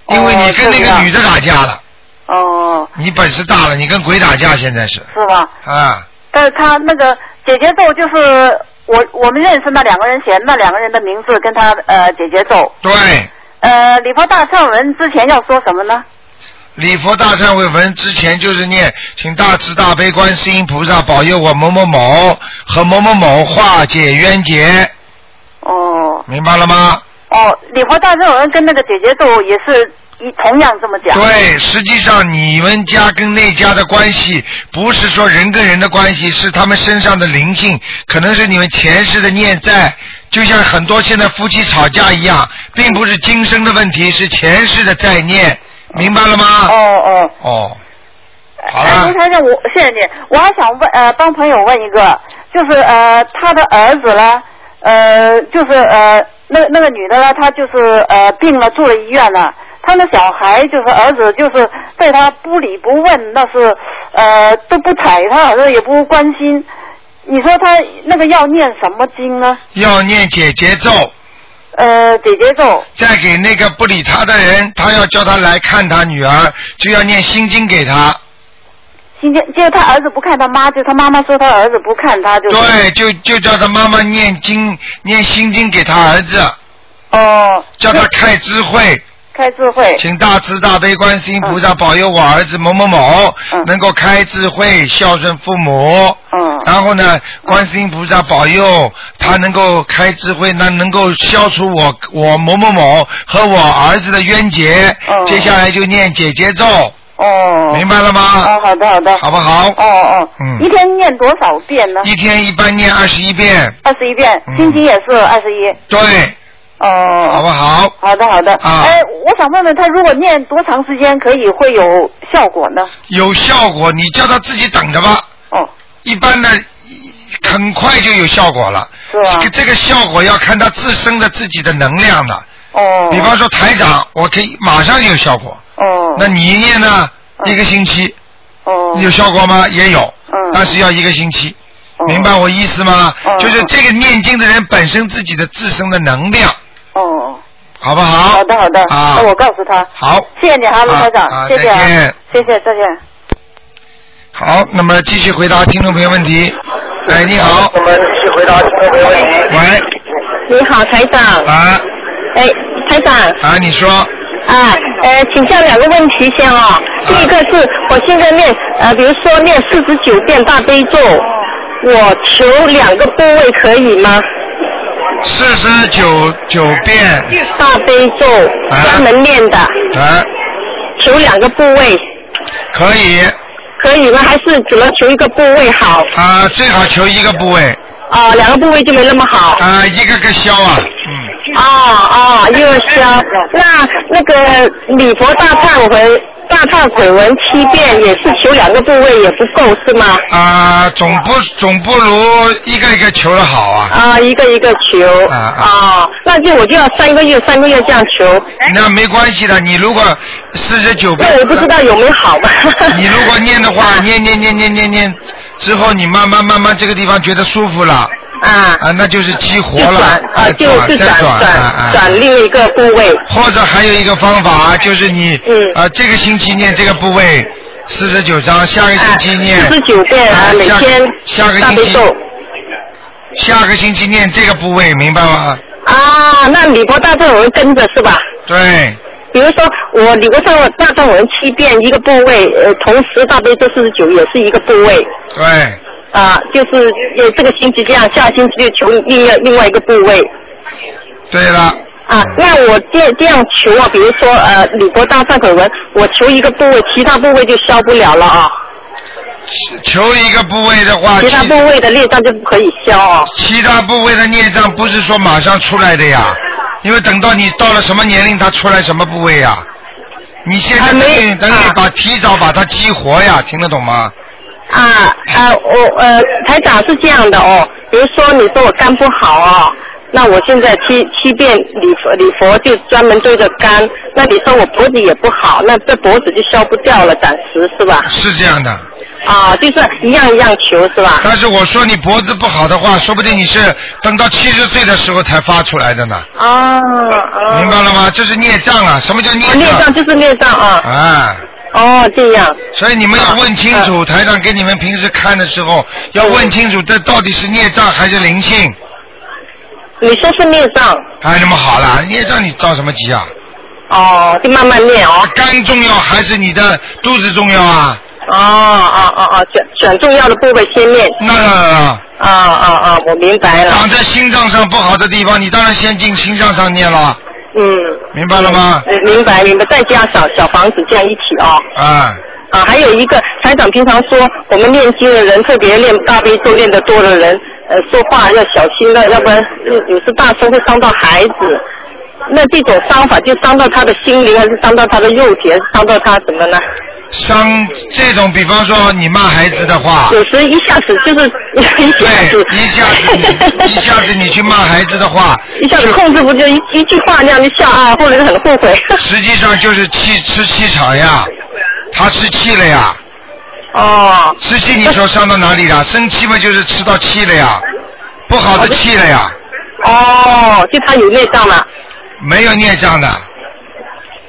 因为你跟
哦哦
那
这
个
样
女的打架了，
哦，
你本事大了，你跟鬼打架现在是
是吧？
啊，
但是他那个姐姐咒就是我我们认识那两个人写那两个人的名字跟他呃姐姐咒，
对。
呃礼佛大忏文之前要说什么呢？
礼佛大忏悔文之前就是念，请大慈大悲观世音菩萨保佑我某某某和某某某化解冤结，
哦
明白了吗？
哦，礼佛大忏文跟那个姐姐咒也是一同样这么讲。
对，实际上你们家跟那家的关系，不是说人跟人的关系，是他们身上的灵性，可能是你们前世的孽债，就像很多现在夫妻吵架一样，并不是今生的问题，是前世的债念，明白了
哦
吗？
哦，
哦，好
哎，
了
卢，台长，我谢谢你，我还想问呃帮朋友问一个，就是呃他的儿子呢，呃就是呃那那个女的呢，她就是呃病了住了医院了，他那小孩就是儿子，就是对他不理不问，那是呃都不睬他，那也不关心。你说他那个要念什么经呢？
要念姐姐咒，
呃，姐姐咒，
再给那个不理他的人，他要叫他来看他女儿，就要念心经给他。
今天就是他儿子不看他妈，就他妈妈说他儿子不看他，就是
对，就就叫他妈妈念经，念心经给他儿子，
哦，
叫他开智慧，
开智慧，
请大慈大悲观世音菩萨保佑我儿子某某某
嗯
能够开智慧，孝顺父母。
嗯
然后呢，观世音菩萨保佑他能够开智慧，那能够消除我我某某某和我儿子的冤结。
哦
接下来就念姐姐咒，
哦，
明白了吗？
哦，好的好的，
好不好？
哦哦，
嗯
一天念多少遍呢？
一天一般念二十一遍，
二十一遍
嗯，
心经也是二十一，
对，
哦，
好不好？
好的，好的。
啊
哎，我想问问他，如果念多长时间可以会有效果呢？
有效果，你叫他自己等着吧。
哦，
一般的，很快就有效果了。
是吧
这？个这个效果要看他自身的自己的能量的。
哦。
比方说台长，我可以马上有效果。
哦。
那你一念呢？
嗯
一个星期
哦。
有效果吗？也有
嗯，
但是要一个星期。
哦
明白我意思吗？
嗯
就是这个念经的人本身自己的自身的能量，
哦。
好不好？
好的，好的。
啊
那，我告诉他。
好，
谢谢你哈，卢
啊
台长
啊，
谢谢
再见
啊，谢谢，再见。
好，那么继续回答听众朋友问题。哎，你好，
我们继续回答听众朋友问题。
喂，
你好，台长。
啊
哎，台长
啊，你说，
啊，呃，请教两个问题先哦。第一个是我现在念呃，比如说念四十九遍大悲咒，我求两个部位可以吗？
四十九九遍，
大悲咒
啊
专门念的，
啊，
求两个部位
可以，
可以吗？还是只能求一个部位好？
啊，最好求一个部位，
啊、两个部位就没那么好。
啊，一个个消啊，嗯，
哦哦，又消。那那个礼佛大忏悔大忏悔文七遍也是求两个部位也不够是吗？
啊，总不总不如一个一个求的好啊，
啊，一个一个求。
啊
哦，那就我就要三个月，三个月这样求。
那没关系的，你如果四十九遍
哎那，我不知道有没有好吧？
你如果念的话，念念念念念念，之后你慢慢慢慢这个地方觉得舒服了。
啊，
啊，那就是激活
就
了，
转
哎
啊，就就
再
转
转啊
转转另一个部位。
或者还有一个方法，就是你
嗯
啊，这个星期念这个部位四十九章，下个星期念
四十九遍啊，每
下
天
下个
大
星
悲
期
咒。
下个星期念这个部位，明白吗？
啊，那礼佛大忏悔文跟着是吧？
对，
比如说我礼佛忏悔大忏悔文七遍一个部位，呃，同时大悲咒四十九也是一个部位。
对，
啊，就是呃这个星期这样，下星期就求另外另外一个部位。
对了，
啊，那我这这样求啊，比如说呃，李博大忏悔文，我求一个部位，其他部位就消不了了啊，
求一个部位的话，
其他部
其
位的裂障就不可以消哦。
其他部位的孽障不是说马上出来的呀，因为等到你到了什么年龄，它出来什么部位呀？你现在
还
等
没
于等于
啊
把提早把它激活呀，听得懂吗？
啊啊，我呃台长是这样的哦，比如说你说我肝不好哦，那我现在七七遍礼佛礼佛就专门对着肝，那你说我脖子也不好，那这脖子就消不掉了，暂时是吧？
是这样的。
啊，就是一样一样求是吧？
但是我说你脖子不好的话，说不定你是等到七十岁的时候才发出来的呢，
啊啊，
嗯明白了吗？这是孽障啊！什么叫孽
啊裂
障
障？就是裂障啊。
啊，
哦，这样啊
所以你们要问清楚，台长给你们平时看的时候
嗯
要问清楚，这到底是孽障还是灵性？
你说是孽障
哎，那么好了，孽障你着什么急啊？
哦，就慢慢念哦。
肝重要还是你的肚子重要啊？
哦哦哦哦，选选重要的部位先念。
那当然了，
啊啊啊！我明白了。
长在心脏上不好的地方，你当然先进心脏上念了，
嗯，
明白了吗？
呃明白明白，再加小小房子这样一起哦。
啊，
啊，还有一个台长平常说，我们念经的人，特别念大悲咒念得多的人，呃，说话要小心的，要不然有有时大声会伤到孩子。那这种伤法就伤到他的心灵，还是伤到他的肉体，还是伤到他什么呢？
伤这种，比方说你骂孩子的话，
有时一下子就是 一下子
对，一下子你一下子你去骂孩子的话，
一下子控制不住，一一句话那样就笑啊，或者是很后悔。
实际上就是气吃气场呀，他吃气了呀，
哦，
吃气你说伤到哪里了？生气嘛就是吃到气了呀，不好的气了呀，
哦，就他有内脏了，
没有孽障的，啊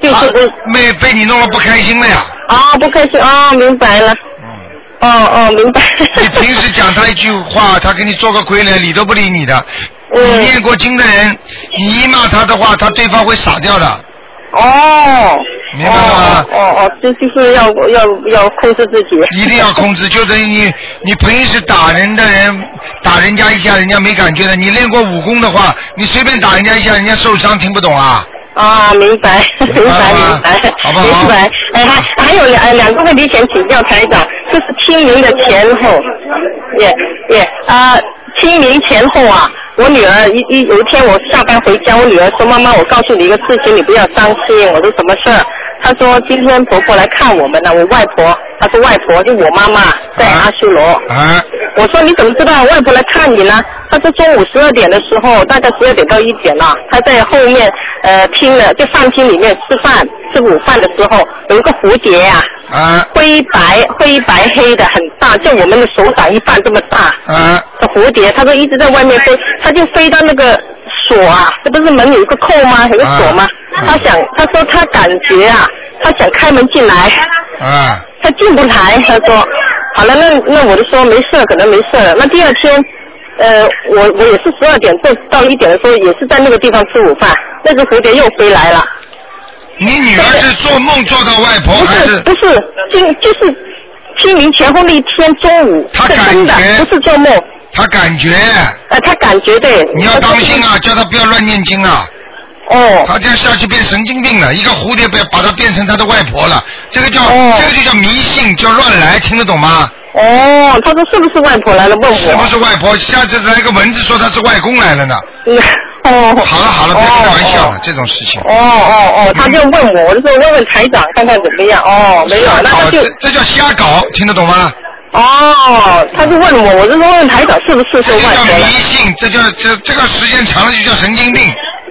就是不
没被你弄了不开心了呀。
啊、不开心啊、明白了，
嗯，
哦哦，明白。
你平时讲他一句话，他给你做个鬼脸，理都不理你的。你
嗯
念过经的人，你一骂他的话，他对方会傻掉的。
哦，
明白了吗
哦哦哦，就就是要要要控制自己。
一定要控制，就等于你你平时打人的人打人家一下，人家没感觉的。你练过武功的话，你随便打人家一下，人家受伤，听不懂啊？
啊，明白，明
明白
白，
了
明
吗
白，
好不好
明白。哎，还还有两呃两个问题想请教台长，就是清明的前后，也也啊，清明前后啊，我女儿一一有一天我下班回家，我女儿说妈妈，我告诉你一个事情，你不要伤心。我说什么事儿？她说今天婆婆来看我们了，我外婆，她说外婆就我妈妈在
啊
阿修罗。
啊，
我说你怎么知道外婆来看你呢？她说中午十二点的时候，大概十二点到一点了，她在后面呃厅了，就饭厅里面吃饭，吃午饭的时候有一个蝴蝶啊，
啊
灰白灰白黑的很大，就我们的手掌一半这么大
啊
的蝴蝶，她说一直在外面飞，她就飞到那个锁啊，这不是门有一个扣吗？有个锁吗？
啊
她想，她说她感觉啊，她想开门进来，
啊！
他进不来，他说，好了，那那我就说没事，可能没事了。那第二天，呃，我我也是十二点到到一点的时候，也是在那个地方吃午饭，那只蝴蝶又飞来了，
你女儿是做梦做到外婆，
不
哦还
是
是
不是，今就是清明前后那一天中午，
他
是真的
感觉
不是做梦，
她感觉？
呃，他感觉对，
你要
他
当心啊，叫她不要乱念经啊！
哦，
她这样下去变神经病了，一个蝴蝶被把她变成她的外婆了，这个叫、
哦
这个就叫迷信，叫乱来，听得懂吗？
哦，他说是不是外婆来了？问我，
是不是外婆？下次来个蚊子说她是外公来了呢。
嗯 哦，
好了好了，别开玩笑了，
哦
这种事情。
哦哦哦，他就问我，我就说问问台长看看怎么样。哦，没有，
瞎
那
搞，
他就
这这叫瞎搞，听得懂吗？
哦，他就问我，我就说问台长是不是
这
说
就
外
叫
婆
迷
了？
信，这叫这这个时间长了就叫神经病。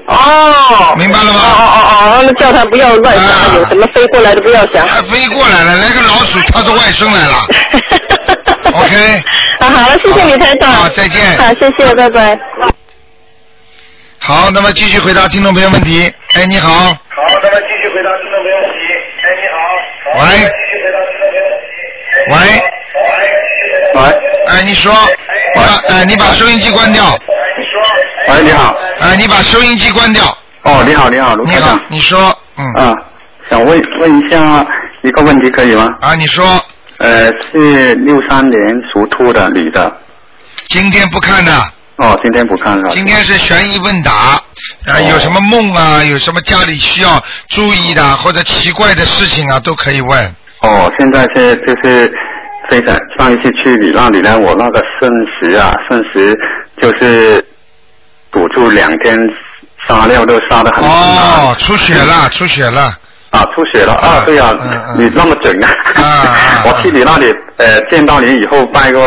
哦，
明白了吗
哦哦哦哦，那叫他不要乱想，
啊
有什么飞过来的不要想。
还飞过来了，来个老鼠，他的外孙来了。OK
啊，好了，谢谢你台长。
好再见
啊
好，谢谢，拜拜。
好，那么继续回答听众朋友问题。哎，你好，
好，咱们继续回答听众朋友问题。哎，你好。
喂
哎
喂，
喂，
哎，你说，啊，哎，你把收音机关掉，
哎喂，你好。
哎，你把收音机关掉。
哦，你好，你好，卢
你
台
好
长。，
你说，嗯，
啊，想问问一下一个问题，可以吗？
啊，你说，
呃，是六三年属兔的女的。
今天不看的。
哦，今天不看了。
啊今天是悬疑问答，啊，
哦
有什么梦啊，有什么家里需要注意的或者奇怪的事情啊，都可以问。
哦，现在是就是非常上一次去你那里呢，我那个肾石啊，肾石就是堵住两天，撒尿都撒的很厉害
哦，出血了，出血了，
啊，出血了
嗯
啊，对啊，
嗯嗯
你那么准啊！
啊啊
我去你那里呃见到你以后拜过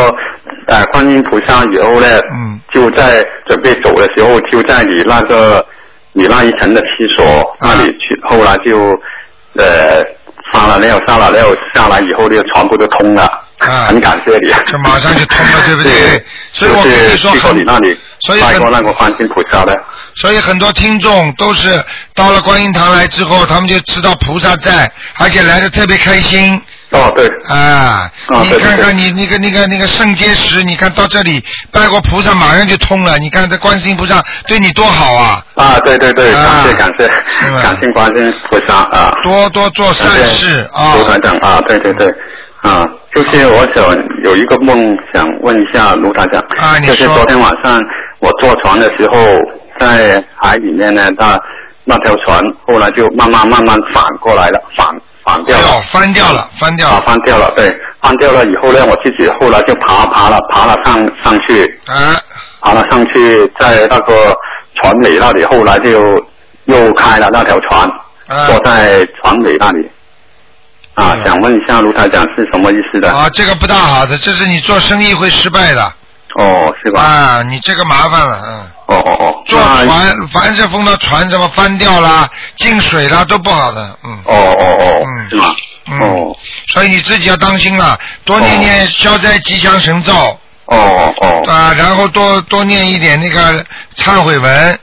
呃观音菩萨以后呢，
嗯
就在准备走的时候就在你那个你那一层的厕所
啊
那里去，后来就呃撒了尿撒了尿下来以后就全部都通了，
啊
很感谢你。
这马上就通了对 不对所以我跟你
就是
说
去过
很
你那里
所以
拜过
很
那个观音菩萨的。
所以很多听众都是到了观音堂来之后，他们就知道菩萨在，而且来的特别开心
哦，对，
啊。
啊
你
对对
看看
对
你那个那个那个圣结石，你看到这里拜过菩萨，马上就通了。你看这观世音菩萨对你多好啊！
啊，对对对，感
啊
谢感谢
是吧，
感谢观音菩萨啊。
多多做
感谢
善事啊。
卢台长啊，对对对，啊，就是我想有一个梦，想问一下卢台长，
啊你
就是
说
昨天晚上我坐船的时候，在海里面呢，那那条船后来就慢慢慢慢反过来了，反反掉
掉
了。
哎翻掉了，翻掉
啊，
了
翻掉了，对，翻掉了以后呢，我自己后来就爬爬了，爬了上上去，
啊！
爬了上去，在那个船尾那里，后来就又开了那条船，
啊嗯
坐在船尾那里。啊，想问一下卢台长是什么意思的？
啊，这个不大好的，这是你做生意会失败的
哦，是吧？
啊，你这个麻烦了，嗯。
哦哦哦，
坐
那
船，凡是碰到船什么翻掉啦、进水啦，都不好的，嗯。
哦哦哦，
嗯
是吗？
嗯
哦
所以你自己要当心了，多念念消灾吉祥神咒
哦哦哦
啊，然后多多念一点那个忏悔文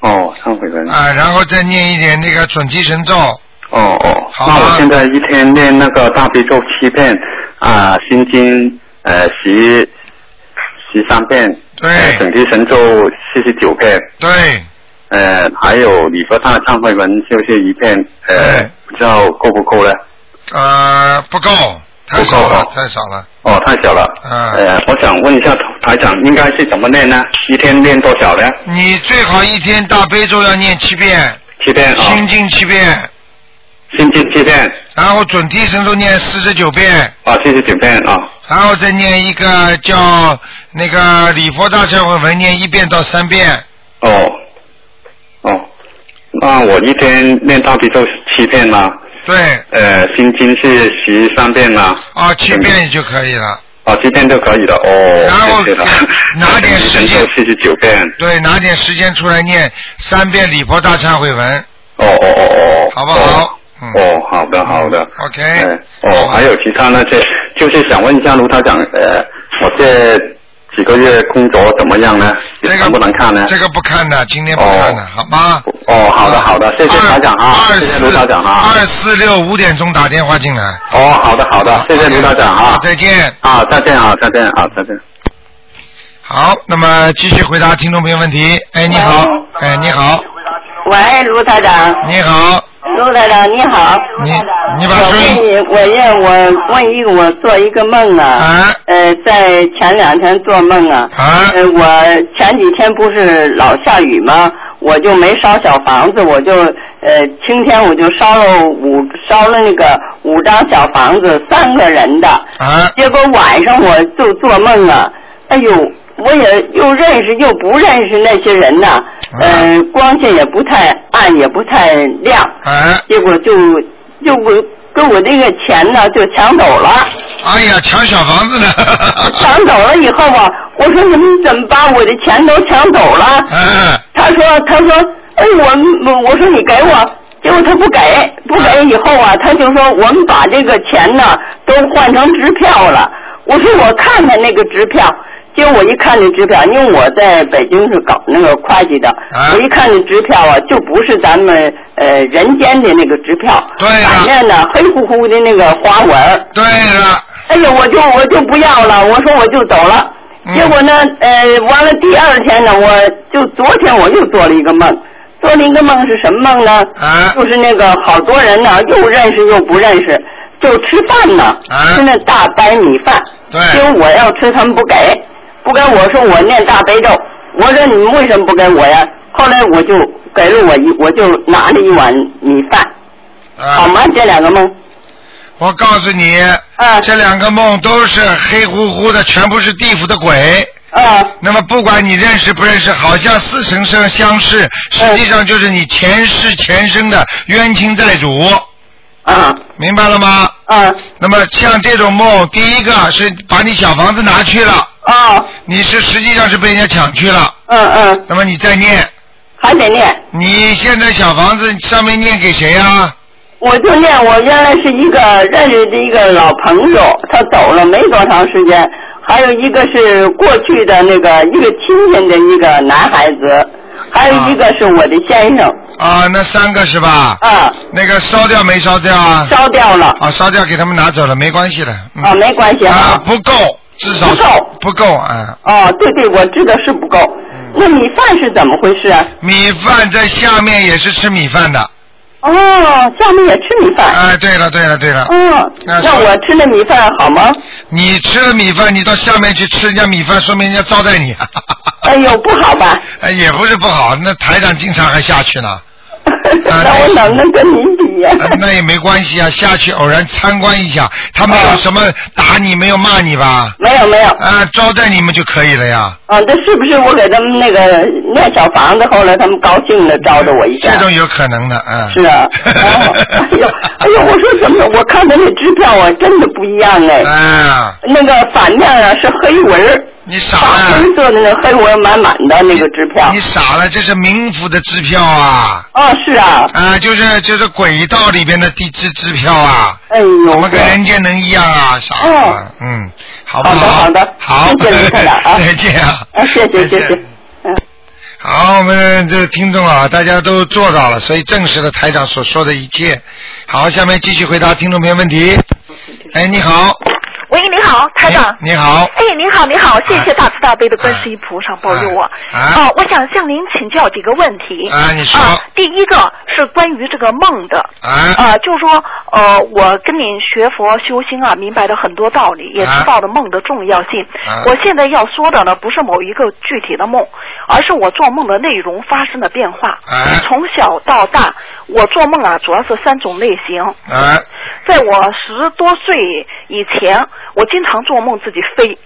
哦，忏悔文。
啊，然后再念一点那个准提神咒。
哦哦，
好啊
那
吧
我现在一天念那个大悲咒七遍，啊，心经呃十十三遍，呃
对
整体神咒四十九遍，
对，
呃，还有礼佛大忏悔文就是一遍，呃
对，
不知道够不够呢？
呃，不够，太
不够
少了
哦，
太少了。
哦，太小了。
啊
呃，我想问一下台长，应该是怎么念呢？一天念多少呢？
你最好一天大悲咒要念七遍，
七遍啊、
心经七遍，
心经七遍
然后准提神咒念四十九遍，
啊，四十九遍啊。
然后再念一个叫那个礼佛大忏悔文念一遍到三遍。
哦，哦，那我一天念大悲咒七遍啦，
对，
呃，心经是十三遍啦。
啊，七遍就可以了。
啊，七遍就可以了哦。
然后
谢谢了
拿点时间
四十九遍。
对，拿点时间出来念三遍礼佛大忏悔文，
哦哦哦哦。
好不好
哦？
嗯
哦，好的好的。
OK
呃
好
哦，还有其他那些，就是想问一下卢台长，呃，我这几个月工作怎么样呢？
这个
能不能看呢？
这个不看的，今天不看的，
哦
好吗？
哦，好的好的，谢谢台长啊，
二
谢谢卢台长啊。
二四六五点钟打电话进来。
哦，好的好的，谢谢卢台长啊。
再见。
啊，再见啊，再见啊，再见。
好，那么继续回答听众朋友问题。哎，你好，哎，你好，
喂，卢台长，
你好，
卢台长你好。
你你把
我
收
问
音
你，我要我问一个，我做一个梦啊。
啊
呃，在前两天做梦啊。
啊
呃，我前几天不是老下雨吗？我就没烧小房子，我就呃，今天我就烧了五烧了那个五张小房子，三个人的。
啊
结果晚上我就做梦啊，哎呦，我也又认识又不认识那些人呐、
啊
嗯、光线也不太暗，也不太亮，
啊！
结果就就我跟我这个钱呢就抢走了，
哎呀，抢小房子呢！ 啊
抢走了以后啊，我说你们怎么把我的钱都抢走了？
嗯，
他说他说，哎我我我说你给我。结果他不给，不给以后啊，他就说我们把这个钱呢都换成支票了。我说我看看那个支票， 结果我一看那支票，因为我在北京是搞那个会计的，
啊
我一看那支票啊，就不是咱们呃人间的那个支票，
对啊呀
反正呢黑乎乎的那个花纹儿。
对了，
哎呦，我就我就不要了，我说我就走了。
嗯
结果呢，呃，完了第二天呢，我就昨天我又做了一个梦，做了一个梦是什么梦呢？
啊
就是那个好多人呢，又认识又不认识，就吃饭呢，
啊
吃那大白米饭。
对
因为我要吃，他们不给，不给我说我念大悲咒，我说你们为什么不给我呀？后来我就给了我一，我就拿了一碗米饭，好
啊，
吗？这两个梦，
我告诉你，
啊
这两个梦都是黑乎乎的，全部是地府的鬼。
啊，
那么不管你认识不认识，好像似曾相相
啊
识，实际上就是你前世前生的冤亲债主，
啊，
明白了吗？
啊，
那么像这种梦，第一个是把你小房子拿去了，
啊。
你是实际上是被人家抢去了。
嗯嗯，
那么你再念，
还得念。
你现在小房子上面念给谁啊？
我就念，我原来是一个认识的一个老朋友，他走了没多长时间。还有一个是过去的那个一个亲戚的一个男孩子，还有一个是我的先生，
啊，那三个是吧？
啊，
那个烧掉没烧掉啊？
烧掉了，
啊，烧掉给他们拿走了，没关系的。嗯
啊，没关系
啊，
哈。
不够，至少
不够
不够嗯啊。
哦，对对，我知道是不够。那米饭是怎么回事啊？
米饭在下面也是吃米饭的。
哦，下面也吃米饭。
哎，对了对了对了，
哦，
那是
那我吃那米饭好吗？
你吃了米饭，你到下面去吃人家米饭，说明人家招待你。
哎呦，不好吧？
哎，也不是不好，那台长经常还下去呢。
那我能不能跟您比也。
那也没关系啊，下去偶然参观一下，他没有什么打你，没有骂你吧？
没有没有。
啊，招待你们就可以了呀。
啊，这是不是我给他们那个念小房子？后来他们高兴的招着我一下。
这种有可能的，嗯。
啊 是啊。哦哎呦，哎呦，我说怎么？我看他那支票啊，真的不一样哎。
啊。
那个反面啊是黑纹儿。
你傻啊
了。黑色的那黑纹满满的那个支票。
你傻了，这是冥府的支票啊。
哦，是啊。
啊，就是就是轨道里边的地支支票啊。
哎呦。
怎么跟人间能一样啊？傻了。
哦
嗯，好不好？
好的好的
好，
谢谢 您太太啊
再见啊。
啊，谢谢谢谢。
好，我们这听众啊，大家都做到了，所以证实了台长所说的一切。好，下面继续回答听众朋友问题。哎，你好，
喂，你好，台长。
你好，
哎，你好，你好，谢谢大慈大悲的观世音菩萨保佑我。
啊
哦，我想向您请教几个问题。
啊你说
第一个是关于这个梦的。
啊。
呃，就是说，呃，我跟您学佛修心啊，明白了很多道理，
啊
也知道了梦的重要性。
啊
我现在要说的呢，不是某一个具体的梦，而是我做梦的内容发生了变化。
啊
从小到大，我做梦啊，主要是三种类型。
啊
在我十多岁以前，我经常做梦自己飞，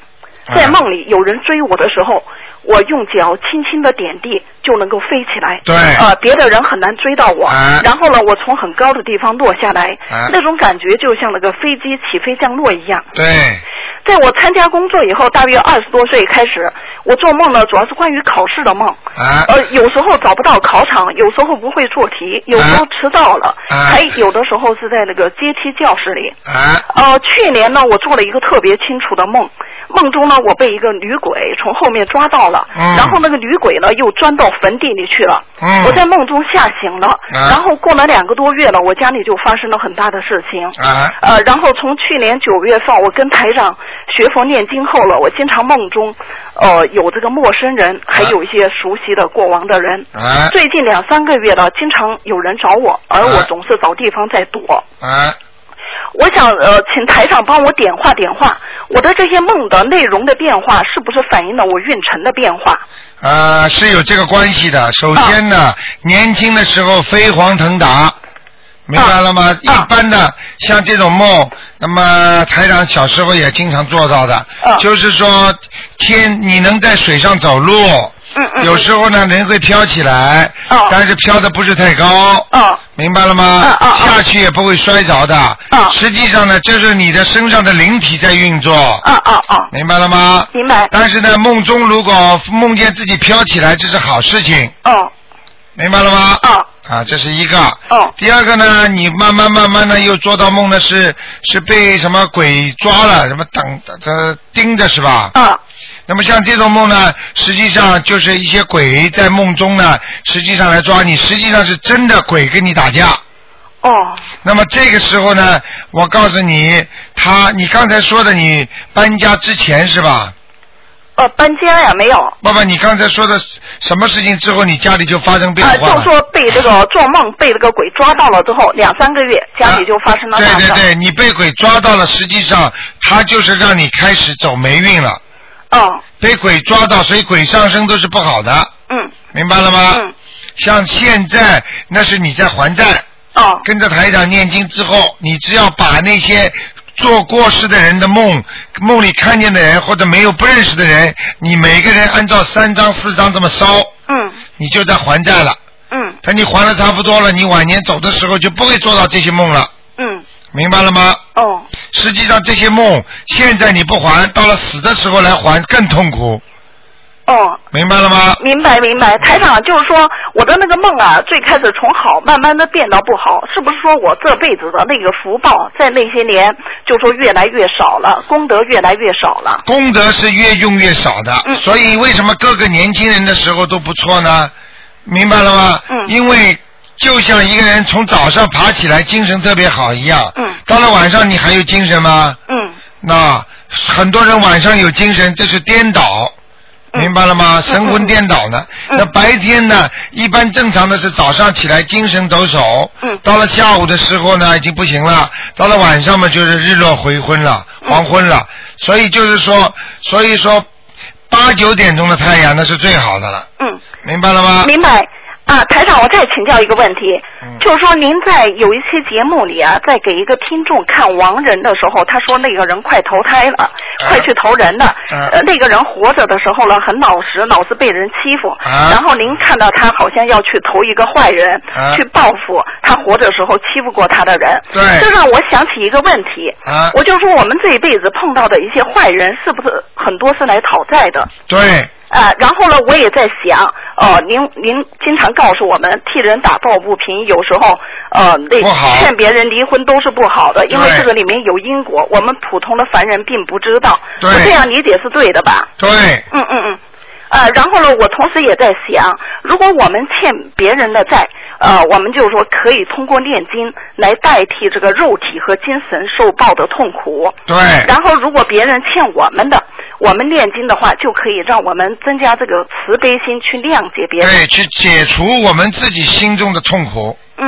啊
在梦里有人追我的时候，我用脚轻轻的点地就能够飞起来。
对
呃，别的人很难追到我。然后呢，我从很高的地方落下来，
啊
那种感觉就像那个飞机起飞降落一样。
对，
在我参加工作以后，大约二十多岁开始，我做梦呢，主要是关于考试的梦。
啊
呃，有时候找不到考场，有时候不会做题，有时
啊
候迟到了，还有的时候是在那个阶梯教室里。
啊
呃，去年呢，我做了一个特别清楚的梦，梦中呢，我被一个女鬼从后面抓到了，
嗯
然后那个女鬼呢又钻到坟地里去了。
嗯
我在梦中吓醒了，
啊
然后过了两个多月了，我家里就发生了很大的事情。
啊
呃，然后从去年九月份，我跟台长学佛念经后了，我经常梦中，呃，有这个陌生人，还有一些熟悉的过往的人。
啊
最近两三个月了，经常有人找我，而我总是找地方在躲。
啊
我想呃，请台长帮我点化点化，我的这些梦的内容的变化，是不是反映了我运程的变化？
啊，是有这个关系的。首先呢，年轻的时候飞黄腾达，明白了
啊
吗？一般的像这种梦，那么台长小时候也经常做到的，
啊
就是说天你能在水上走路。
嗯
有时候呢，人会飘起来，
啊
但是飘的不是太高，明白了吗？
啊
下去也不会摔着的。实际上呢，这是你的身上的灵体在运作。明白了吗？
啊明白。
但是呢，梦中如果梦见自己飘起来，这是好事情。
哦。
明白了吗？
哦。
啊，这是一个。
哦。
第二个呢，你慢慢慢慢的又做到梦呢，是是被什么鬼抓了，什么等呃盯着是吧？
啊。
那么像这种梦呢，实际上就是一些鬼在梦中呢，实际上来抓你，实际上是真的鬼跟你打架。
哦。
那么这个时候呢，我告诉你，他你刚才说的，你搬家之前是吧？
呃，搬家呀，没有。
爸爸，你刚才说的什么事情之后，你家里就发生变
啊、
化
就
了？
说被这个做梦被这个鬼抓到了之后，两三个月家里就发生了
对
大
对
事。
对，你被鬼抓到了，实际上他就是让你开始走霉运了。
哦。
被鬼抓到，所以鬼上身都是不好的。
嗯。
明白了吗？嗯。像现在，那是你在还债。
哦。
跟着台长念经之后，你只要把那些做过世的人的梦，梦里看见的人或者没有不认识的人，你每个人按照三张四张这么烧。
嗯。
你就在还债了。
嗯。
等你还的差不多了，你晚年走的时候就不会做到这些梦了。
嗯。
明白了吗？
哦。
实际上这些梦，现在你不还，到了死的时候来还更痛苦，
哦，
明白了吗？
明白明白，台长就是说我的那个梦啊，最开始从好慢慢的变到不好，是不是说我这辈子的那个福报在那些年就说越来越少了，功德越来越少了？
功德是越用越少的，所以为什么各个年轻人的时候都不错呢？明白了吗？因为就像一个人从早上爬起来精神特别好一样，到了晚上你还有精神吗？
嗯。
那很多人晚上有精神，这是颠倒。明白了吗？神魂颠倒呢。那白天呢，一般正常的是早上起来精神抖擞，到了下午的时候呢，已经不行了。到了晚上嘛，就是日落回昏了，黄昏了。所以就是说，所以说八九点钟的太阳那是最好的了。
嗯，
明白了吗？嗯
明白。啊，台长，我再请教一个问题，就是说您在有一期节目里啊，在给一个听众看亡人的时候，他说那个人快投胎
啊
了，快去投人了，呃，那个人活着的时候呢很老实，老是被人欺负，然后您看到他好像要去投一个坏人，
啊
去报复他活着时候欺负过他的人，
对
这让我想起一个问题，
啊
我就说我们这一辈子碰到的一些坏人，是不是很多是来讨债的？
对，
啊，然后呢，我也在想，哦，您您经常告诉我们替人打抱不平，有时候呃，那劝别人离婚都是不好的，因为这个里面有因果，我们普通的凡人并不知道。
对
我这样理解是对的吧？
对，
嗯嗯嗯。呃，然后呢，我同时也在想，如果我们欠别人的债，呃，我们就是说可以通过念经来代替这个肉体和精神受报的痛苦。
对
哎
然后，如果别人欠我们的，我们念经的话，就可以让我们增加这个慈悲心，去谅解别人。
对，去解除我们自己心中的痛苦。
嗯，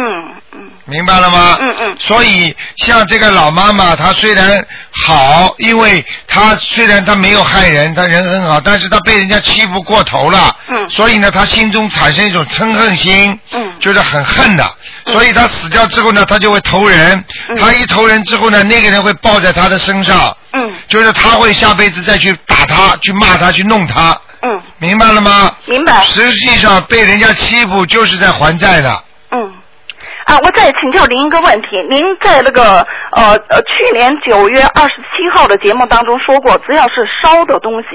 明白了吗？
嗯嗯。
所以像这个老妈妈，她虽然好，因为她虽然她没有害人，她人很好，但是她被人家欺负过头了。
嗯。
所以呢，她心中产生一种嗔恨心。
嗯。
就是很恨的，所以她死掉之后呢，她就会投人。她一投人之后呢，那个人会抱在她的身上。
嗯。
就是她会下辈子再去打她，去骂她，去弄她。
嗯。
明白了吗？
明白。
实际上被人家欺负就是在还债的。
嗯，啊，我再请教您一个问题，您在那个呃呃去年九月二十七号的节目当中说过，只要是烧的东西，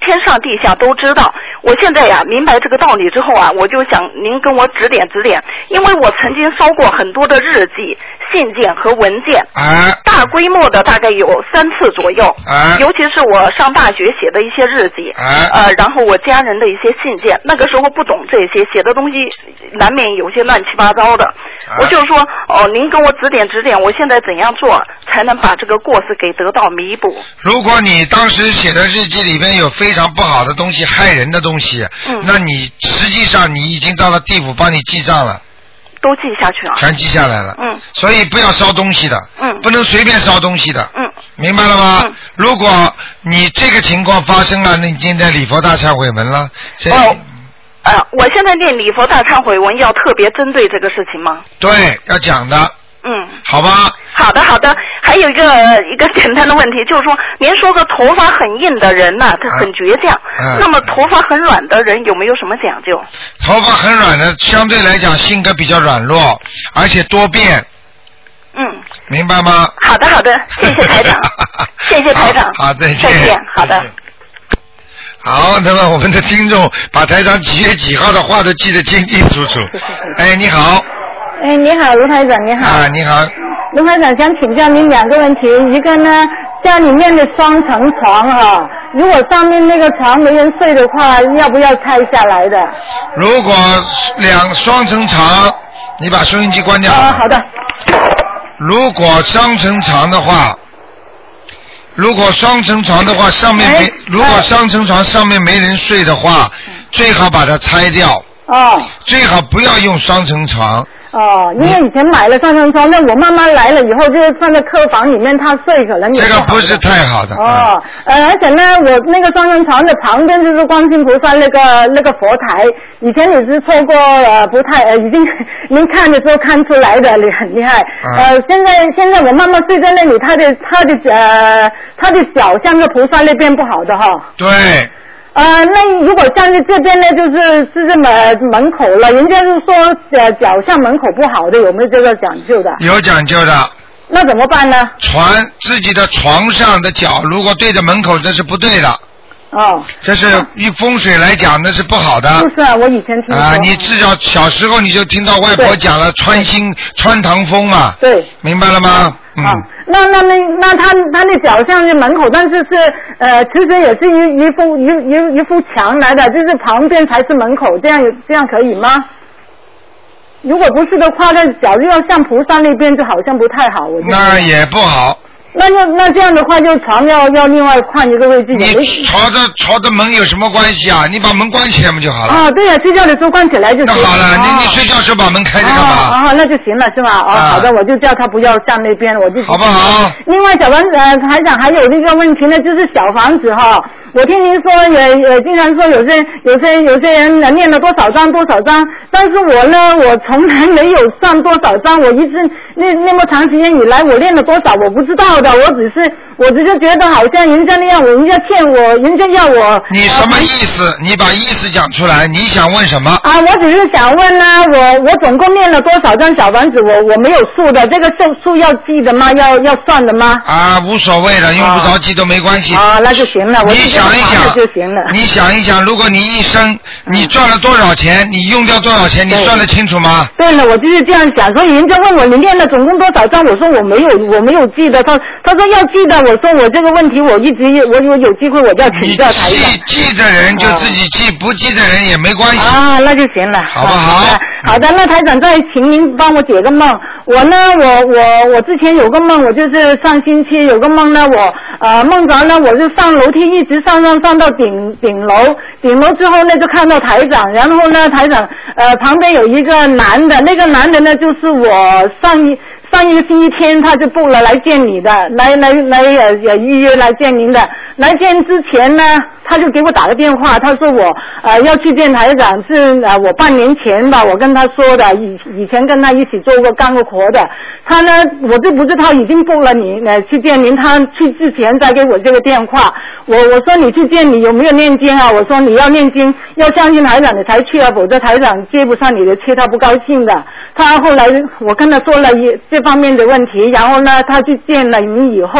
天上地下都知道。我现在呀、明白这个道理之后啊，我就想您跟我指点指点，因为我曾经烧过很多的日记、信件和文件，
啊，
大规模的大概有三次左右，
啊
尤其是我上大学写的一些日记，
啊
呃，然后我家人的一些信件，那个时候不懂这些，写的东西难免有些乱七八糟的。
啊
我就说，哦，您给我指点指点，我现在怎样做才能把这个过失给得到弥补？
如果你当时写的日记里边有非常不好的东西、害人的东西，
嗯
那你实际上你已经到了地府帮你记账了，
都记下去了。啊
全记下来了。
嗯
所以不要烧东西的，
嗯
不能随便烧东西的，
嗯，
明白了吗？如果你这个情况发生了，那你今天礼佛大忏悔文了，这、
哦呃，我现在念礼佛大忏悔文，要特别针对这个事情吗？
对要讲的，
嗯。
好吧？
好的，好的。还有一个一个简单的问题，就是说，您说个头发很硬的人呐、他很倔强。
嗯
那么头发很软的人有没有什么讲究？
头发很软的，相对来讲性格比较软弱，而且多变，
嗯，
明白吗？
好的，好的，谢谢台长，谢谢台长。
好，再见。
再见，好的。
好，那么我们的听众把台长几月几号的话都记得清清楚 楚。哎，你好，
哎，你好，卢台长，你好。
啊，你好，
卢台长想请教您两个问题，一个呢，家里面的双层床哈、如果上面那个床没人睡的话，要不要拆下来的？
如果两双层床，你把收音机关掉。啊，好
的。
如果双层床的话，如果双层床的话，上面没，如果双层床上面没人睡的话，最好把它拆掉，
哦
最好不要用双层床。
哦，因为以前买了双层床，那我妈妈来了以后就是放在客房里面，她睡可能也
这个
好
不是太好的。啊嗯
哦，呃，而且呢，我那个双人床的旁边就是观世音菩萨那个那个佛台，以前也是错过呃不太呃已经 您看的时候看出来的，你很厉害。
啊
呃，现在现在我妈妈睡在那里，她的她的呃她的脚向着菩萨那边不好的哈。
对，
呃，那如果像是这边呢，就是是这门门口了，人家就说呃脚向门口不好的，有没有这个讲究的？
有讲究的。
那怎么办呢？
床自己的床上的脚如果对着门口，这是不对的。
哦，
这是以风水来讲，那是不好的。
就是啊，我以前听说。
啊，你至少小时候你就听到外婆讲了穿心穿堂风嘛。
对。啊
明白了吗？嗯。
那那那那他他那脚向着门口，但是是呃，其实也是一一副一一一副墙来的，就是旁边才是门口，这样有这样可以吗？如果不是的话，那脚就要向菩萨那边，就好像不太好。我觉得
那也不好。
那就那这样的话，就床要要另外换一个位置。也没
你朝着朝着门有什么关系啊？你把门关起来不就好了？
啊，对呀、睡觉的时候关起来就行。
好了，
哦
你你睡觉时候把门开着干
哦，
嘛？
哦那就行了是吧？哦，
啊
好的，我就叫他不要向那边，我就
好不好？
另外，小王呃，台长还有那个问题呢，就是小房子哈、我听您说也也经常说有些有些有些人呃念了多少章多少章，但是我呢，我从来没有算多少章，我一直那那么长时间以来，我练了多少我不知道的，我只是我只是觉得好像人家那样，人家欠我，人家要我。
你什么意思？你把意思讲出来，你想问什么？
啊，我只是想问呢、我我总共念了多少张小房子？我我没有数的，这个数数要记的吗？要要算的吗？
啊，无所谓的，用不着急都没关系。
啊，那就行了，我
你
就这样
想一
拿着
想
就行了。嗯
你想一想，如果你一生你赚了多少钱，你用掉多少钱，你
对
算得清楚吗？
对了，我就是这样想，所以人家问我你练了总共多少张，我说我没有，我没有记得。他他说要记得，我说我这个问题我一直我我有机会我就要请教台长。
记记的人就自己记，不记的人也没关系。
啊，那就行了，好不好？好的，那台长再请您帮我解个梦。我呢，我我我之前有个梦，我就是上星期有个梦呢，我呃梦着呢，我就上楼梯一直上上上到顶顶楼，顶楼之后呢就看到台长，然后呢台长呃旁边有一个男的，那个男的呢就是我上一。上一个星期天他就报了来见你的，来来来呃也预约来见您的。来见之前呢，他就给我打个电话，他说我呃要去见台长，是呃我半年前吧，我跟他说的，以以前跟他一起做过干过活的。他呢，我就不知道已经报了你呃去见您，他去之前再给我这个电话，我我说你去见你有没有念经啊？我说你要念经，要相信台长你才去啊，否则台长接不上你的去，他不高兴的。他后来我跟他说了一这方面的问题，然后呢，他去见了你以后，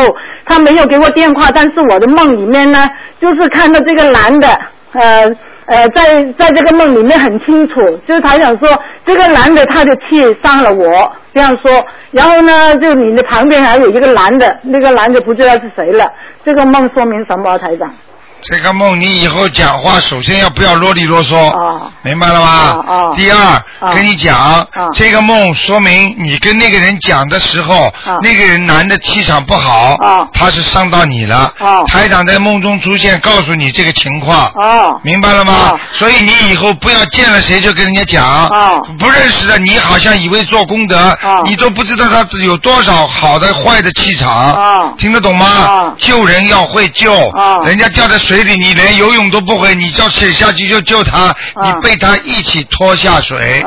他没有给我电话，但是我的梦里面呢，就是看到这个男的，呃呃，在在这个梦里面很清楚，就是台长说这个男的他的气伤了我，这样说，然后呢，就你的旁边还有一个男的，那个男的不知道是谁了，这个梦说明什么，啊台长？
这个梦，你以后讲话首先要不要啰里啰嗦，明白了吗？
哦哦
第二，
哦
跟你讲，
哦
这个梦说明你跟那个人讲的时候，
哦
那个人男的气场不好，他是伤到你了。台长在梦中出现，告诉你这个情况。
哦
明白了吗？所以你以后不要见了谁就跟人家讲，
哦
不认识的你好像以为做功德，你都不知道他有多少好的坏的气场，听得懂吗？救人要会救，人家掉在水里，你连游泳都不会，你叫水下去就救他，你被他一起拖下水，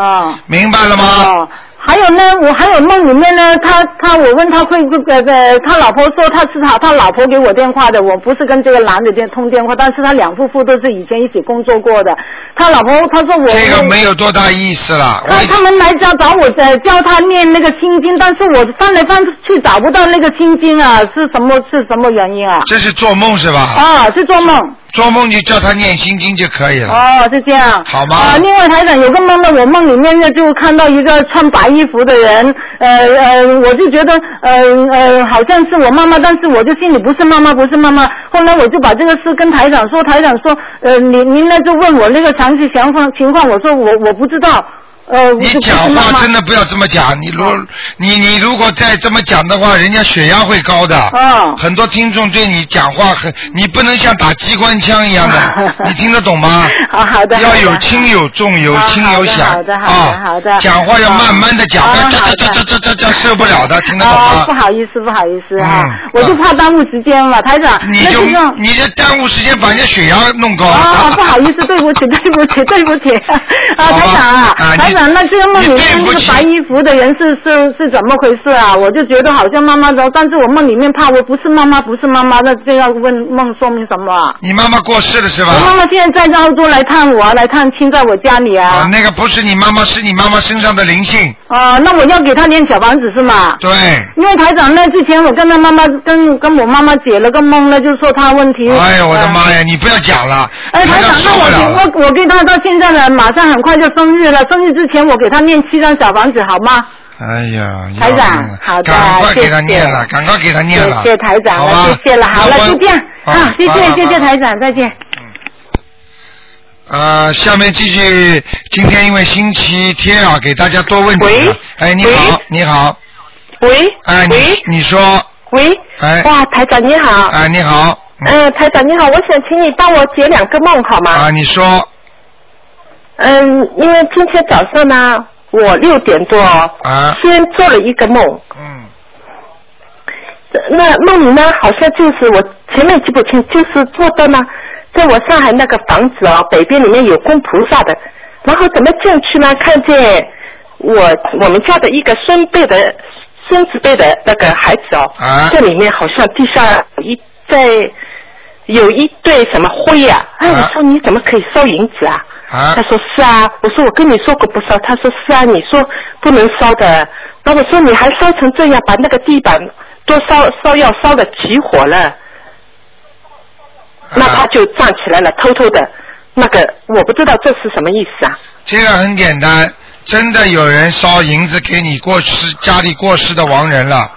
明白了吗？
哦还有呢，我还有梦里面呢，他他我问他会不会呃，他老婆说他是他他老婆给我电话的，我不是跟这个男的电通电话，但是他两夫妇都是以前一起工作过的，他老婆他说我
这个没有多大意思了，
他他们来家找我呃教他念那个心经，但是我翻来翻去找不到那个心经啊，是什么是什么原因啊？
这是做梦是吧？
啊，是做梦。
做梦就叫他念心经就可以了。
哦，是这样。
好吗
啊，另外台长有个梦呢，我梦里面呢就看到一个穿白衣服的人，呃呃，我就觉得呃呃好像是我妈妈，但是我就心里不是妈妈，不是妈妈。后来我就把这个事跟台长说，台长说，呃，您您呢就问我那个详细情况情况，我说我我不知道，呃，我
你
就不是
讲
妈妈
话真的不要这么讲，你如你你如果再这么讲的话，人家血压会高的。
嗯。
很多听众对你讲话很，你不能像打机关枪一样的，你听得懂吗？
好好的，
要
好的
有轻有重，有
好
轻有响
好的，好的，
啊。
好的，
讲话要慢慢的讲，
啊
不要
好的
这这这这这这受不了的，听得懂
啊，不
吗？
好意思，不好意思哈，我就怕耽误时间了，台长，
嗯你
那
就
就让。
你这耽误时间，把人家血压哦弄高了。
啊，不好意思，对不起， 对不起，对不起，啊，台长啊，台长，那这个梦里面那个白衣服的人是是是怎么回事啊？我就觉得好像妈妈的，但是我梦里面怕我不是妈妈，不是妈妈，那这要问梦说明什么啊？
你妈妈过世了是吧？
我妈妈现在在澳洲来探我啊，来探亲，在我家里
啊
啊。，
那个不是你妈妈，是你妈妈身上的灵性。
啊，那我要给她念小房子是吗？
对。
因为台长呢，之前我跟她妈妈跟跟我妈妈解了个梦呢，就说她问题。
哎呀，我的妈呀！你不要讲了，
哎，台长，那我给我我给他到现在呢，马上很快就生日了，生日之前我给他念七张小房子好吗？
哎呀，
台
要
长
命了，
好的，
赶快
谢
给
谢。
他念了，赶快给他念了，
谢谢台长
好
了，
吧
谢谢了，好了，就这样
好
啊，谢
好
谢
好
谢谢
好
台长，再见。
呃，下面继续，今天因为星期天啊，给大家多问几个。哎，你好，你好，
喂，
哎，
喂
你你说，
喂，
哎，
哇，台长你好，
哎，你好，
嗯、台长你好，我想请你帮我解两个梦好吗？
啊，你说，
嗯，因为今天早上呢，我六点多、
啊
先做了一个梦，
嗯，
那梦里呢，好像就是我前面记不清，就是做到呢，在我上海那个房子哦，北边里面有供菩萨的，然后怎么进去呢？看见我我们家的一个孙辈的孙子辈的那个孩子哦，
啊
这里面好像地下有一在有一堆什么灰呀、啊？哎，我说你怎么可以烧银子啊？
啊
他说是啊，我说我跟你说过不烧，他说是啊，你说不能烧的，那我说你还烧成这样，把那个地板都烧烧要烧的起火
啊
了，那他就站起来了，偷偷的，那个我不知道这是什么意思啊，
这个很简单，真的有人烧银子给你过世家里过世的亡人了，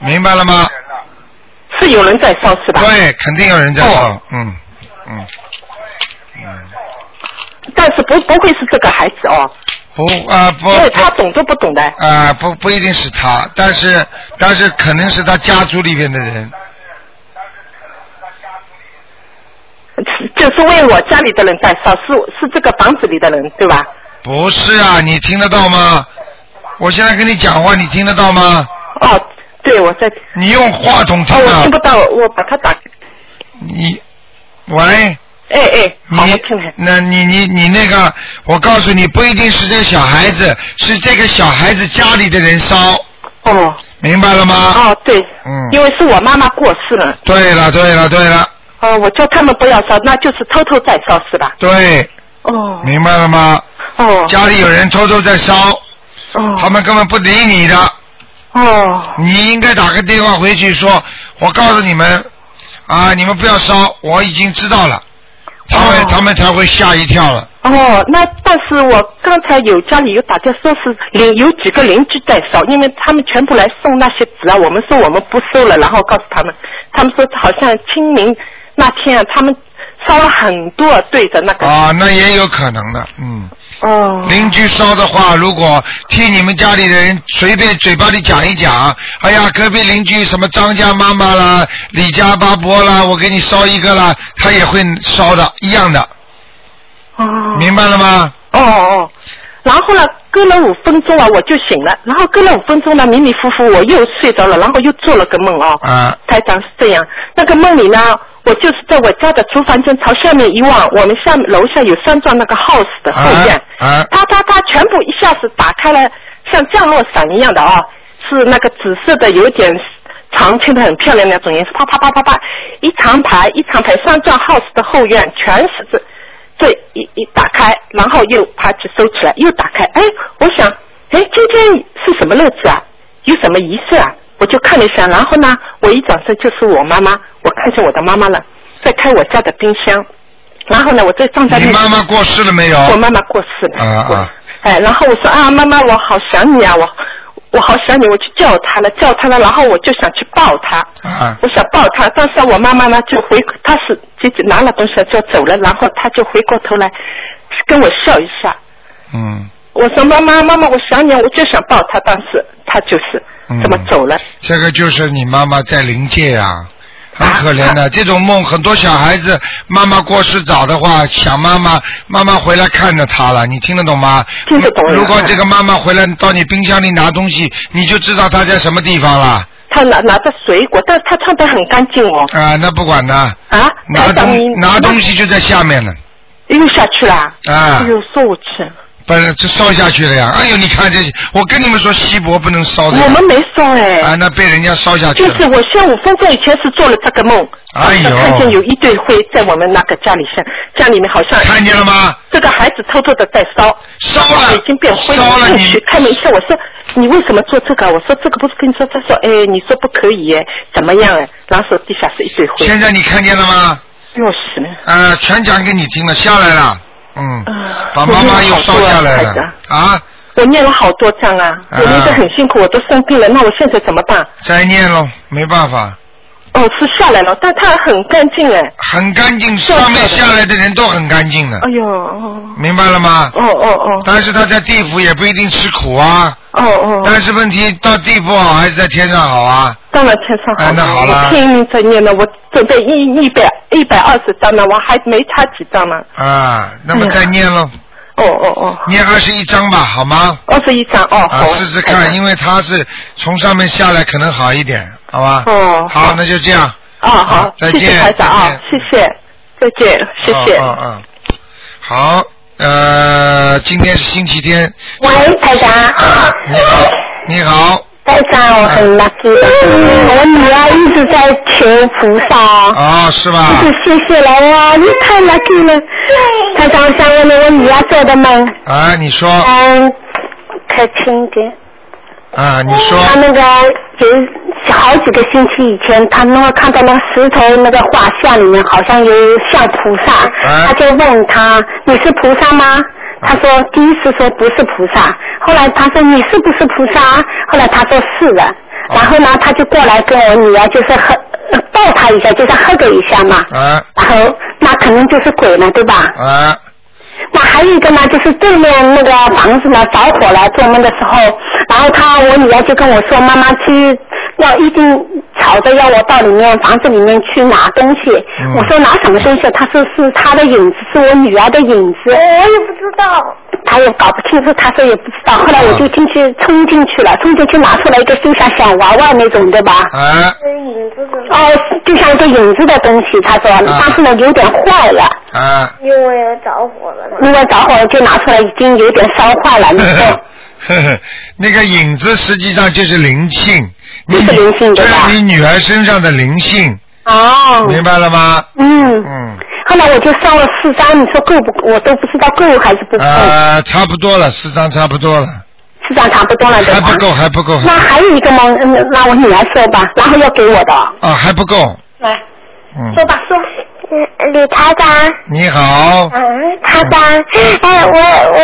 明白了吗？
是有人在烧是吧？
对，肯定有人在烧，
哦
嗯嗯，
但是不不会是这个孩子哦，
不啊、不，
因为他懂都不懂的。
啊、不不一定是他，但是但是可能是他家族里边的人，
就是为我家里的人在烧，是是这个房子里的人对吧？
不是啊，你听得到吗？我现在跟你讲话，你听得到吗？
哦，对，我在。
你用话筒听
哦，
啊
我听不到，我把它打开。
你，喂。
哎哎，
好，我听那你你你那个，我告诉你，不一定是这个小孩子，是这个小孩子家里的人烧。
哦。
明白了吗？
哦，对，
嗯。
因为是我妈妈过世了。
对了对了对了，
哦，我叫他们不要烧，那就是偷偷在烧是吧？
对，
哦
明白了吗？
哦。
家里有人偷偷在烧。
哦。
他们根本不理你的。
哦。
你应该打个电话回去说，我告诉你们，啊，你们不要烧，我已经知道了，他们、他们才会吓一跳了。
哦，那但是我刚才有家里有打电话说是邻有几个邻居在烧，因为他们全部来送那些纸啊，我们说我们不收了，然后告诉他们，他们说好像清明那天啊，他们烧了很多对着那个。
啊，那也有可能的，嗯。
哦。
邻居烧的话，如果替你们家里的人随便嘴巴里讲一讲，哎呀，隔壁邻居什么张家妈妈啦、李家八伯啦，我给你烧一个啦，他也会烧的，一样的，
哦。
明白了吗？
哦哦，然后呢，隔了五分钟啊，我就醒了，然后隔了五分钟呢，迷迷糊糊我又睡着了，然后又做了个梦哦。
啊。
台长是这样，那个梦里呢，我就是在我家的厨房间朝下面一望，我们下楼下有三幢那个 house 的后院，
啊
它它它全部一下子打开了，像降落伞一样的哦，是那个紫色的，有点长青的，很漂亮的那种颜色，啪啪啪啪啪，一长排一长排，三幢 house 的后院全是这这一一打开，然后又啪去收起来，又打开，哎，我想，哎，今天是什么日子啊？有什么仪式啊？我就看了一下，然后呢，我一转身就是我妈妈，我看见我的妈妈了，在开我家的冰箱，然后呢，我再站在
你
那。
妈妈过世了没有？
我妈妈过世了。
啊啊
哎，然后我说啊，妈妈，我好想你啊，我我好想你，我去叫她了，叫她了，然后我就想去抱她，
啊！
我想抱她，但是我妈妈呢就回，她是自己拿了东西就走了，然后她就回过头来跟我笑一下。
嗯。
我说妈妈，妈妈，我想你啊，我就想抱她，但是她就是
嗯
这么走了。
这个就是你妈妈在临界呀、很
啊
可怜的。这种梦，很多小孩子妈妈过世早的话，想妈妈，妈妈回来看着他了，你听得懂吗？
听得懂了
如果这个妈妈回来到你冰箱里拿东西，你就知道她在什么地方了。
她拿拿着水果，但是她穿得很干净哦。
啊、那不管呢，
啊，
拿
台长你
东拿东西就在下面了，
又下去了。
啊
哎呦，说我去。
不是就烧下去了呀。哎呦，你看这，我跟你们说，锡箔不能烧的呀。
我们没烧哎。
啊，那被人家烧下去
就
了。
是我下午分钟以前是做了这个梦，
哎呦
然后看见有一堆灰在我们那个家里下，家里面好像
看见了吗？
这个孩子偷偷的在烧，
烧了，
已经变灰
烧了
我
你
去开门一下，我说你为什么做这个啊？我说这个不是跟你说，他说哎，你说不可以哎，怎么样哎？然后地下是一堆灰。
现在你看见了吗？
又是。
呃，全讲给你听了，下来了，嗯，
啊
把妈妈又烧下来
我念了好多啊
了啊，
我念了好多章啊，我
啊
念得很辛苦，我都生病了，那我现在怎么办？
再念喽，没办法，
哦，是下来了，但它很干净哎。
很干净，上面下来的人都很干净的，
哎呦，哦
明白了吗？
哦哦哦。
但是他在地府也不一定吃苦啊，
哦哦。
但是问题到地府好还是在天上好啊？
当然天上好了，
哎那好了
我拼命在念呢，我准备一一百一百二十张呢，我还没差几张呢。哎
啊，那么再念喽，
哦哦哦，
念二十一章吧，好吗？
二十一章哦，
啊
好，，
试试
好
哎
看，
的
因为它是从上面下来，可能好一点，好吧？
哦
好，那就这样。
哦
啊好，
再
谢
见，
谢台长啊，谢谢，再见，谢谢。
嗯嗯，好，呃，今天是星期天。哦
喂，台长。
啊你好，你好。
台长，我很 lucky，的我女儿一直在求菩萨。
哦，是吧？
谢谢了哇，你太 lucky 了。台长，我想问问我女儿做的梦。
啊，你说
嗯，开轻一点。
啊，你说
他那个有好几个星期以前，他那个看到那个石头那个画像里面好像有像菩萨，他就问他你是菩萨吗？他说第一次说不是菩萨，后来他说你是不是菩萨？后来他说是的，然后呢他就过来跟我女儿就是喝呃抱他一下，就是 hug 一下嘛，
啊
然后那肯定就是鬼了，对吧？
啊
那还有一个呢，就是对面那个房子呢着火了，做梦的时候，然后他我女儿就跟我说，妈妈去要一定吵着要我到里面房子里面去拿东西。我说拿什么东西？他说是他的影子，是我女儿的影子。我也不知道。他也搞不清楚，他说也不知道。后来我就进去冲进去了，冲进去拿出来一个就像小娃娃那种，对吧？
啊
哦，就像一个影子的东西，他说，但是呢有点坏了。
啊，
因为着火了。因为着火了就拿出来，已经有点烧坏了。然后
呵呵， 那个影子实际上就是灵性，你
就是灵性
这
对吧
是你女儿身上的灵性，
哦，
明白了吗？
嗯
嗯，
后来我就烧了四张，你说够不？我都不知道够还是不够，
呃，差不多了，四张差不多了，
四张差不多了，对
还
吧
不？够，还不够，
那还有一个梦，嗯那我女儿说吧，然后要给我的。
啊，还不够。
来，
嗯
说吧，说。李台长，
你好，
嗯，台长，哎，我我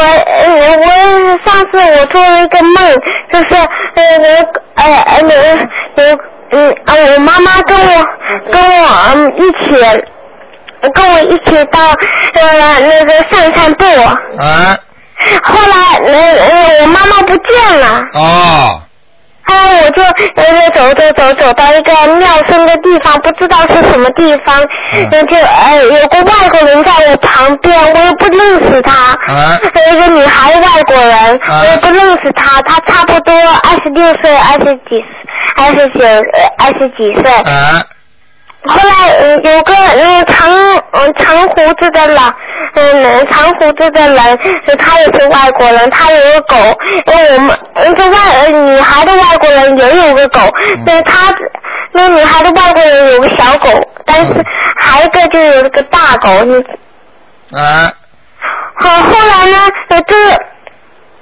我我上次我做了一个梦，就是呃我呃呃我我嗯啊我妈妈跟我跟我嗯一起跟我一起到呃那个散散步，
啊，
后来呃呃我妈妈不见了。
哦，
后来我就呃走走走走到一个庙深的地方，不知道是什么地方，
嗯
呃就呃有个外国人在我旁边，我又不认识他，
啊
呃一个女孩外国人，我也不认识她，她差不多二十六岁、二十几、二十九、呃二十几岁。
啊
后来呃有个嗯长嗯长胡子的老嗯长胡子的人，呃他也是外国人，他有个狗，呃我们呃这外呃女孩的外国人也有个狗，那、他那女孩的外国人有个小狗，但是还有一个就有个大狗，你
啊，
好，后来呢，呃，这个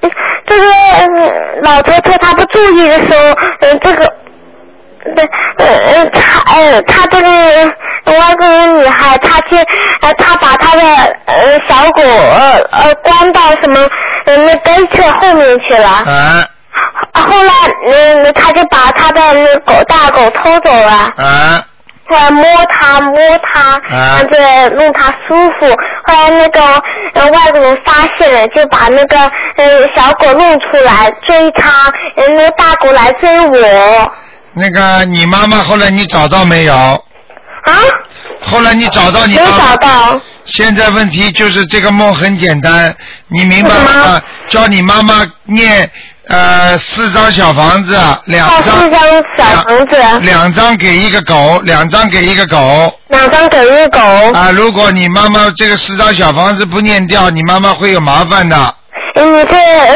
呃这个呃老头头他不注意的时候，呃，这个，呃呃呃，他呃他这个呃外国人女孩，她去呃她把她的呃小狗呃呃关到什么呃那跟车后面去了。
啊
后来嗯，他就把他的那狗大狗偷走了。
啊
来摸它摸它，
啊
这弄它舒服。后来那个呃外国人发现了，就把那个呃小狗弄出来追它，呃那个大狗来追我。
那个你妈妈后来你找到没有？
啊？
后来你找到你
没
妈妈
找到。
现在问题就是这个梦很简单，你明白了吗？叫你妈妈念呃四张小房子，两
哦
张
四张小房子，
两张给一个狗，两张给一个狗。
两张给一个狗。
啊，如果你妈妈这个四张小房子不念掉，你妈妈会有麻烦的。
呃你这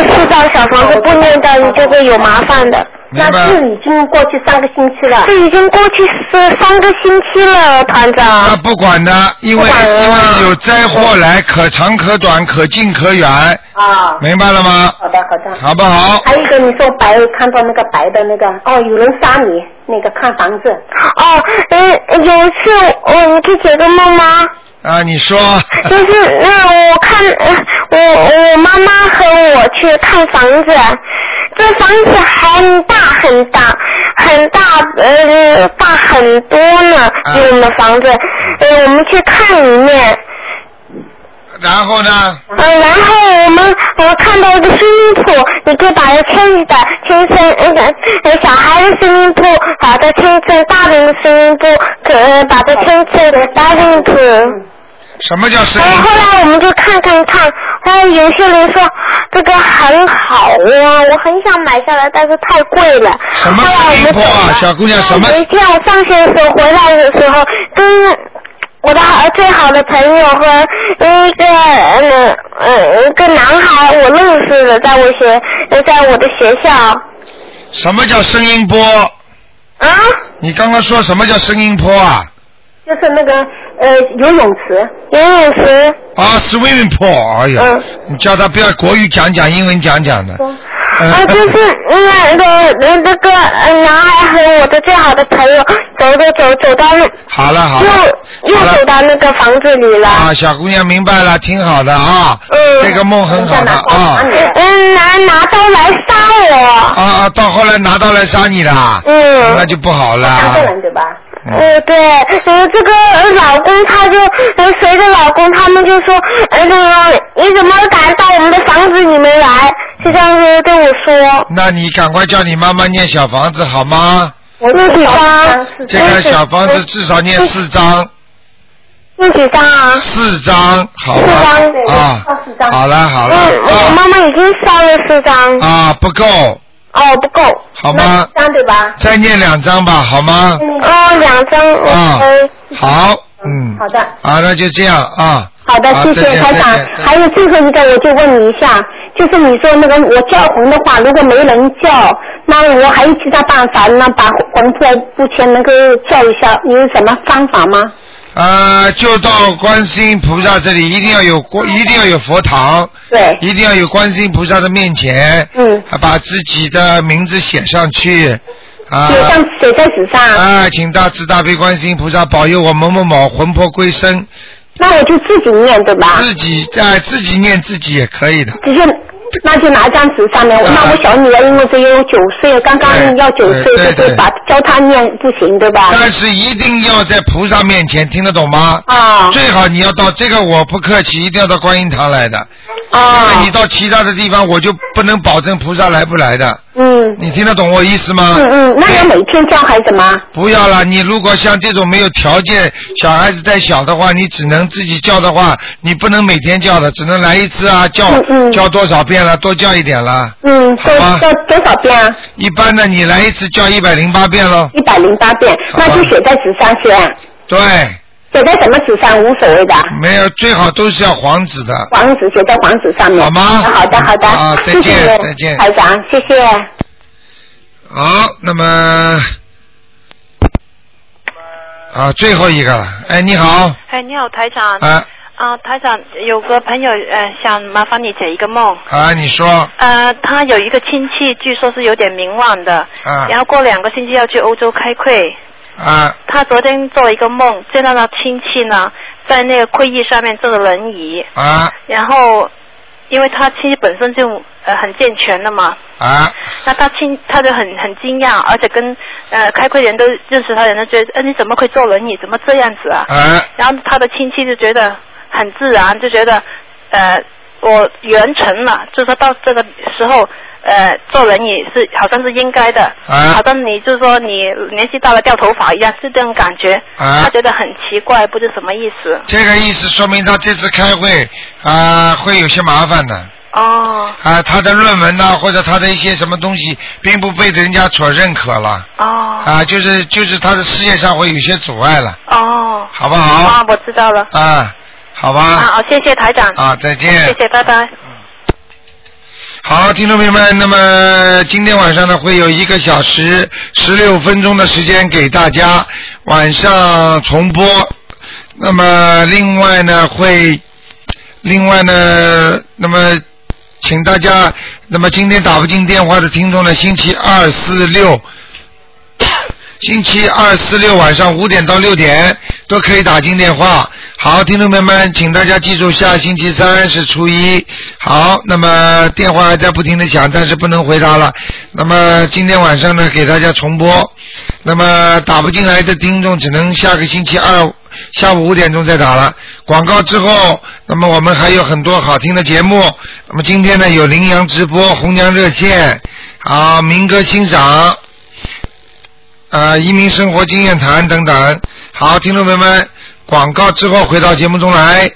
四张小房子不念掉，你就会有麻烦的。那是已经过去三个星期了。是已经过去是三个星期了，团长。
啊，不管的，因为因为有灾祸来，可长可短，可近可远，
啊。
明白了吗？
好的，好的。
好不好？
还有一个，你说白看到那个白的那个，哦，有人杀你，那个看房子。哦，嗯，有一次我哦去解个梦吗？
啊，你说，
就是那我看呃我我妈妈和我去看房子，这房子很大很大很大呃大很多呢，比我们的房子，呃我们去看一面，
然后呢？
嗯，然后我们我看到一个生命铺，你就把它牵一的牵成呃呃小孩的生命铺，把它牵成大人的生命铺，可把它牵成大人铺。
什么叫声
然
音
后后来我们就看看看，然后有些人说这个很好啊，我很想买下来，但是太贵了。
什么声音波啊，小姑娘什么？
有一天我上学的时候回来的时候，跟我的好最好的朋友和一个嗯嗯一个男孩我认识的，在我学呃在我的学校
什么叫声音波？啊？你刚刚说什么叫声音波啊？
就是那个呃游泳池，游泳池。
啊，swimming pool，哎呀，你叫他不要国语讲讲，英文讲讲的。嗯
啊，就是那个那那个呃男孩和我的最好的朋友走着走走到那
好了好了，
又又走到那个房子里了。
啊，小姑娘明白了，挺好的啊，这个梦很好的啊。
嗯，拿拿刀来杀我。
啊啊，到后来拿刀来杀你了，
嗯
那就不好了。
对吧？
嗯
呃，对，呃，这个呃老公他就，呃，随着老公他们就说，呃，那个你怎么敢到我们的房子里面来？就这样子对我说。
那你赶快叫你妈妈念小房子好吗？
我念几张？
这个小房子至少念四张。
念几张啊？
四张，好
四
吧
张对
啊，好了好了
嗯，我妈妈已经烧了四张。
啊，不够，
哦，不够。
好吗？
三对吧？
再念两张吧，好吗？
哦，两张。
啊
嗯，
好，嗯，
好的。
啊，那就这样啊。
好的，谢
再
谢
见
台长
再见。
还有最后一个，我就问你一下，就是你说那个我叫魂的话，如果没人叫，那我还有其他办法，那把魂魄不全能够叫一下，有什么方法吗？
呃，就到观世音菩萨这里，一定要有观，一定要有佛堂，
嗯对，
一定要有观世音菩萨的面前，啊
嗯，
把自己的名字写上去，啊，
写上写在纸上。
啊，请大慈大悲观世音菩萨保佑我某某某魂魄归生。
那我就自己念对吧？
自己呃自己念自己也可以的，
直接那就拿一张纸上面，那我小女儿因为只有九岁，刚刚要九岁，
对对
就是把教她念不行对吧？
但是一定要在菩萨面前，听得懂吗？
啊。
最好你要到这个，我不客气，一定要到观音堂来的。啊。因为你到其他的地方，我就不能保证菩萨来不来的。
嗯。
你听得懂我意思吗？
嗯嗯，那要每天教孩子吗？
不要了，你如果像这种没有条件，小孩子再小的话，你只能自己叫的话，你不能每天叫的，只能来一次啊，叫叫多少遍了，多叫一点了。
嗯，
好吧
多多多少遍啊？
一般的你来一次叫一百零八遍喽。
一百零八遍，那
啊
就写在纸上先，
对，
写在什么纸上无所谓的，
没有，最好都是要黄纸的。
黄纸写在黄纸上面。好吗？好的好的，
啊再见
谢谢
再见
台长，谢谢。
好，那么啊，最后一个了。哎，你好，
哎，你好，台长。
啊
啊，台长，有个朋友呃想麻烦你解一个梦。
啊，你说
呃，他有一个亲戚，据说是有点名望的，
啊
然后过两个星期要去欧洲开会。
啊
他昨天做了一个梦，见到他亲戚呢在那个会议上面坐着轮椅，
啊
然后因为他亲戚本身就呃很健全的嘛，
啊
那他亲他就很很惊讶，而且跟呃开会人都认识他的人都觉得，呃你怎么可以坐轮椅，怎么这样子啊？
啊
然后他的亲戚就觉得很自然，就觉得呃我圆成了，就说到这个时候。呃，坐轮椅是好像是应该的，
啊
好像你就是说你年纪大了掉头发一样，是这种感觉。
啊
他觉得很奇怪，不知什么意思。
这个意思说明他这次开会啊会有些麻烦的。
哦
啊，他的论文呐、或者他的一些什么东西，并不被人家所认可了。
哦
啊，就是就是他的事业上会有些阻碍了，
哦，
好不好？
啊，我知道了。
啊，好吧。
啊，好，谢谢台长。
啊，再见。
谢谢，拜拜。
好，听众朋友们，那么今天晚上呢，会有一个小时十六分钟的时间给大家晚上重播。那么另外呢，会另外呢，那么请大家，那么今天打不进电话的听众呢，星期二、四、六。星期二、四、六晚上五点到六点都可以打进电话。好，听众朋友们，请大家记住，下星期三是初一。好，那么电话还在不停的响，但是不能回答了。那么今天晚上呢，给大家重播。那么打不进来的听众，只能下个星期二下午五点钟再打了。广告之后，那么我们还有很多好听的节目。那么今天呢，有羚羊直播、红娘热线，好，民歌欣赏。啊、呃移民生活经验谈等等。好，听众朋友们，广告之后回到节目中来。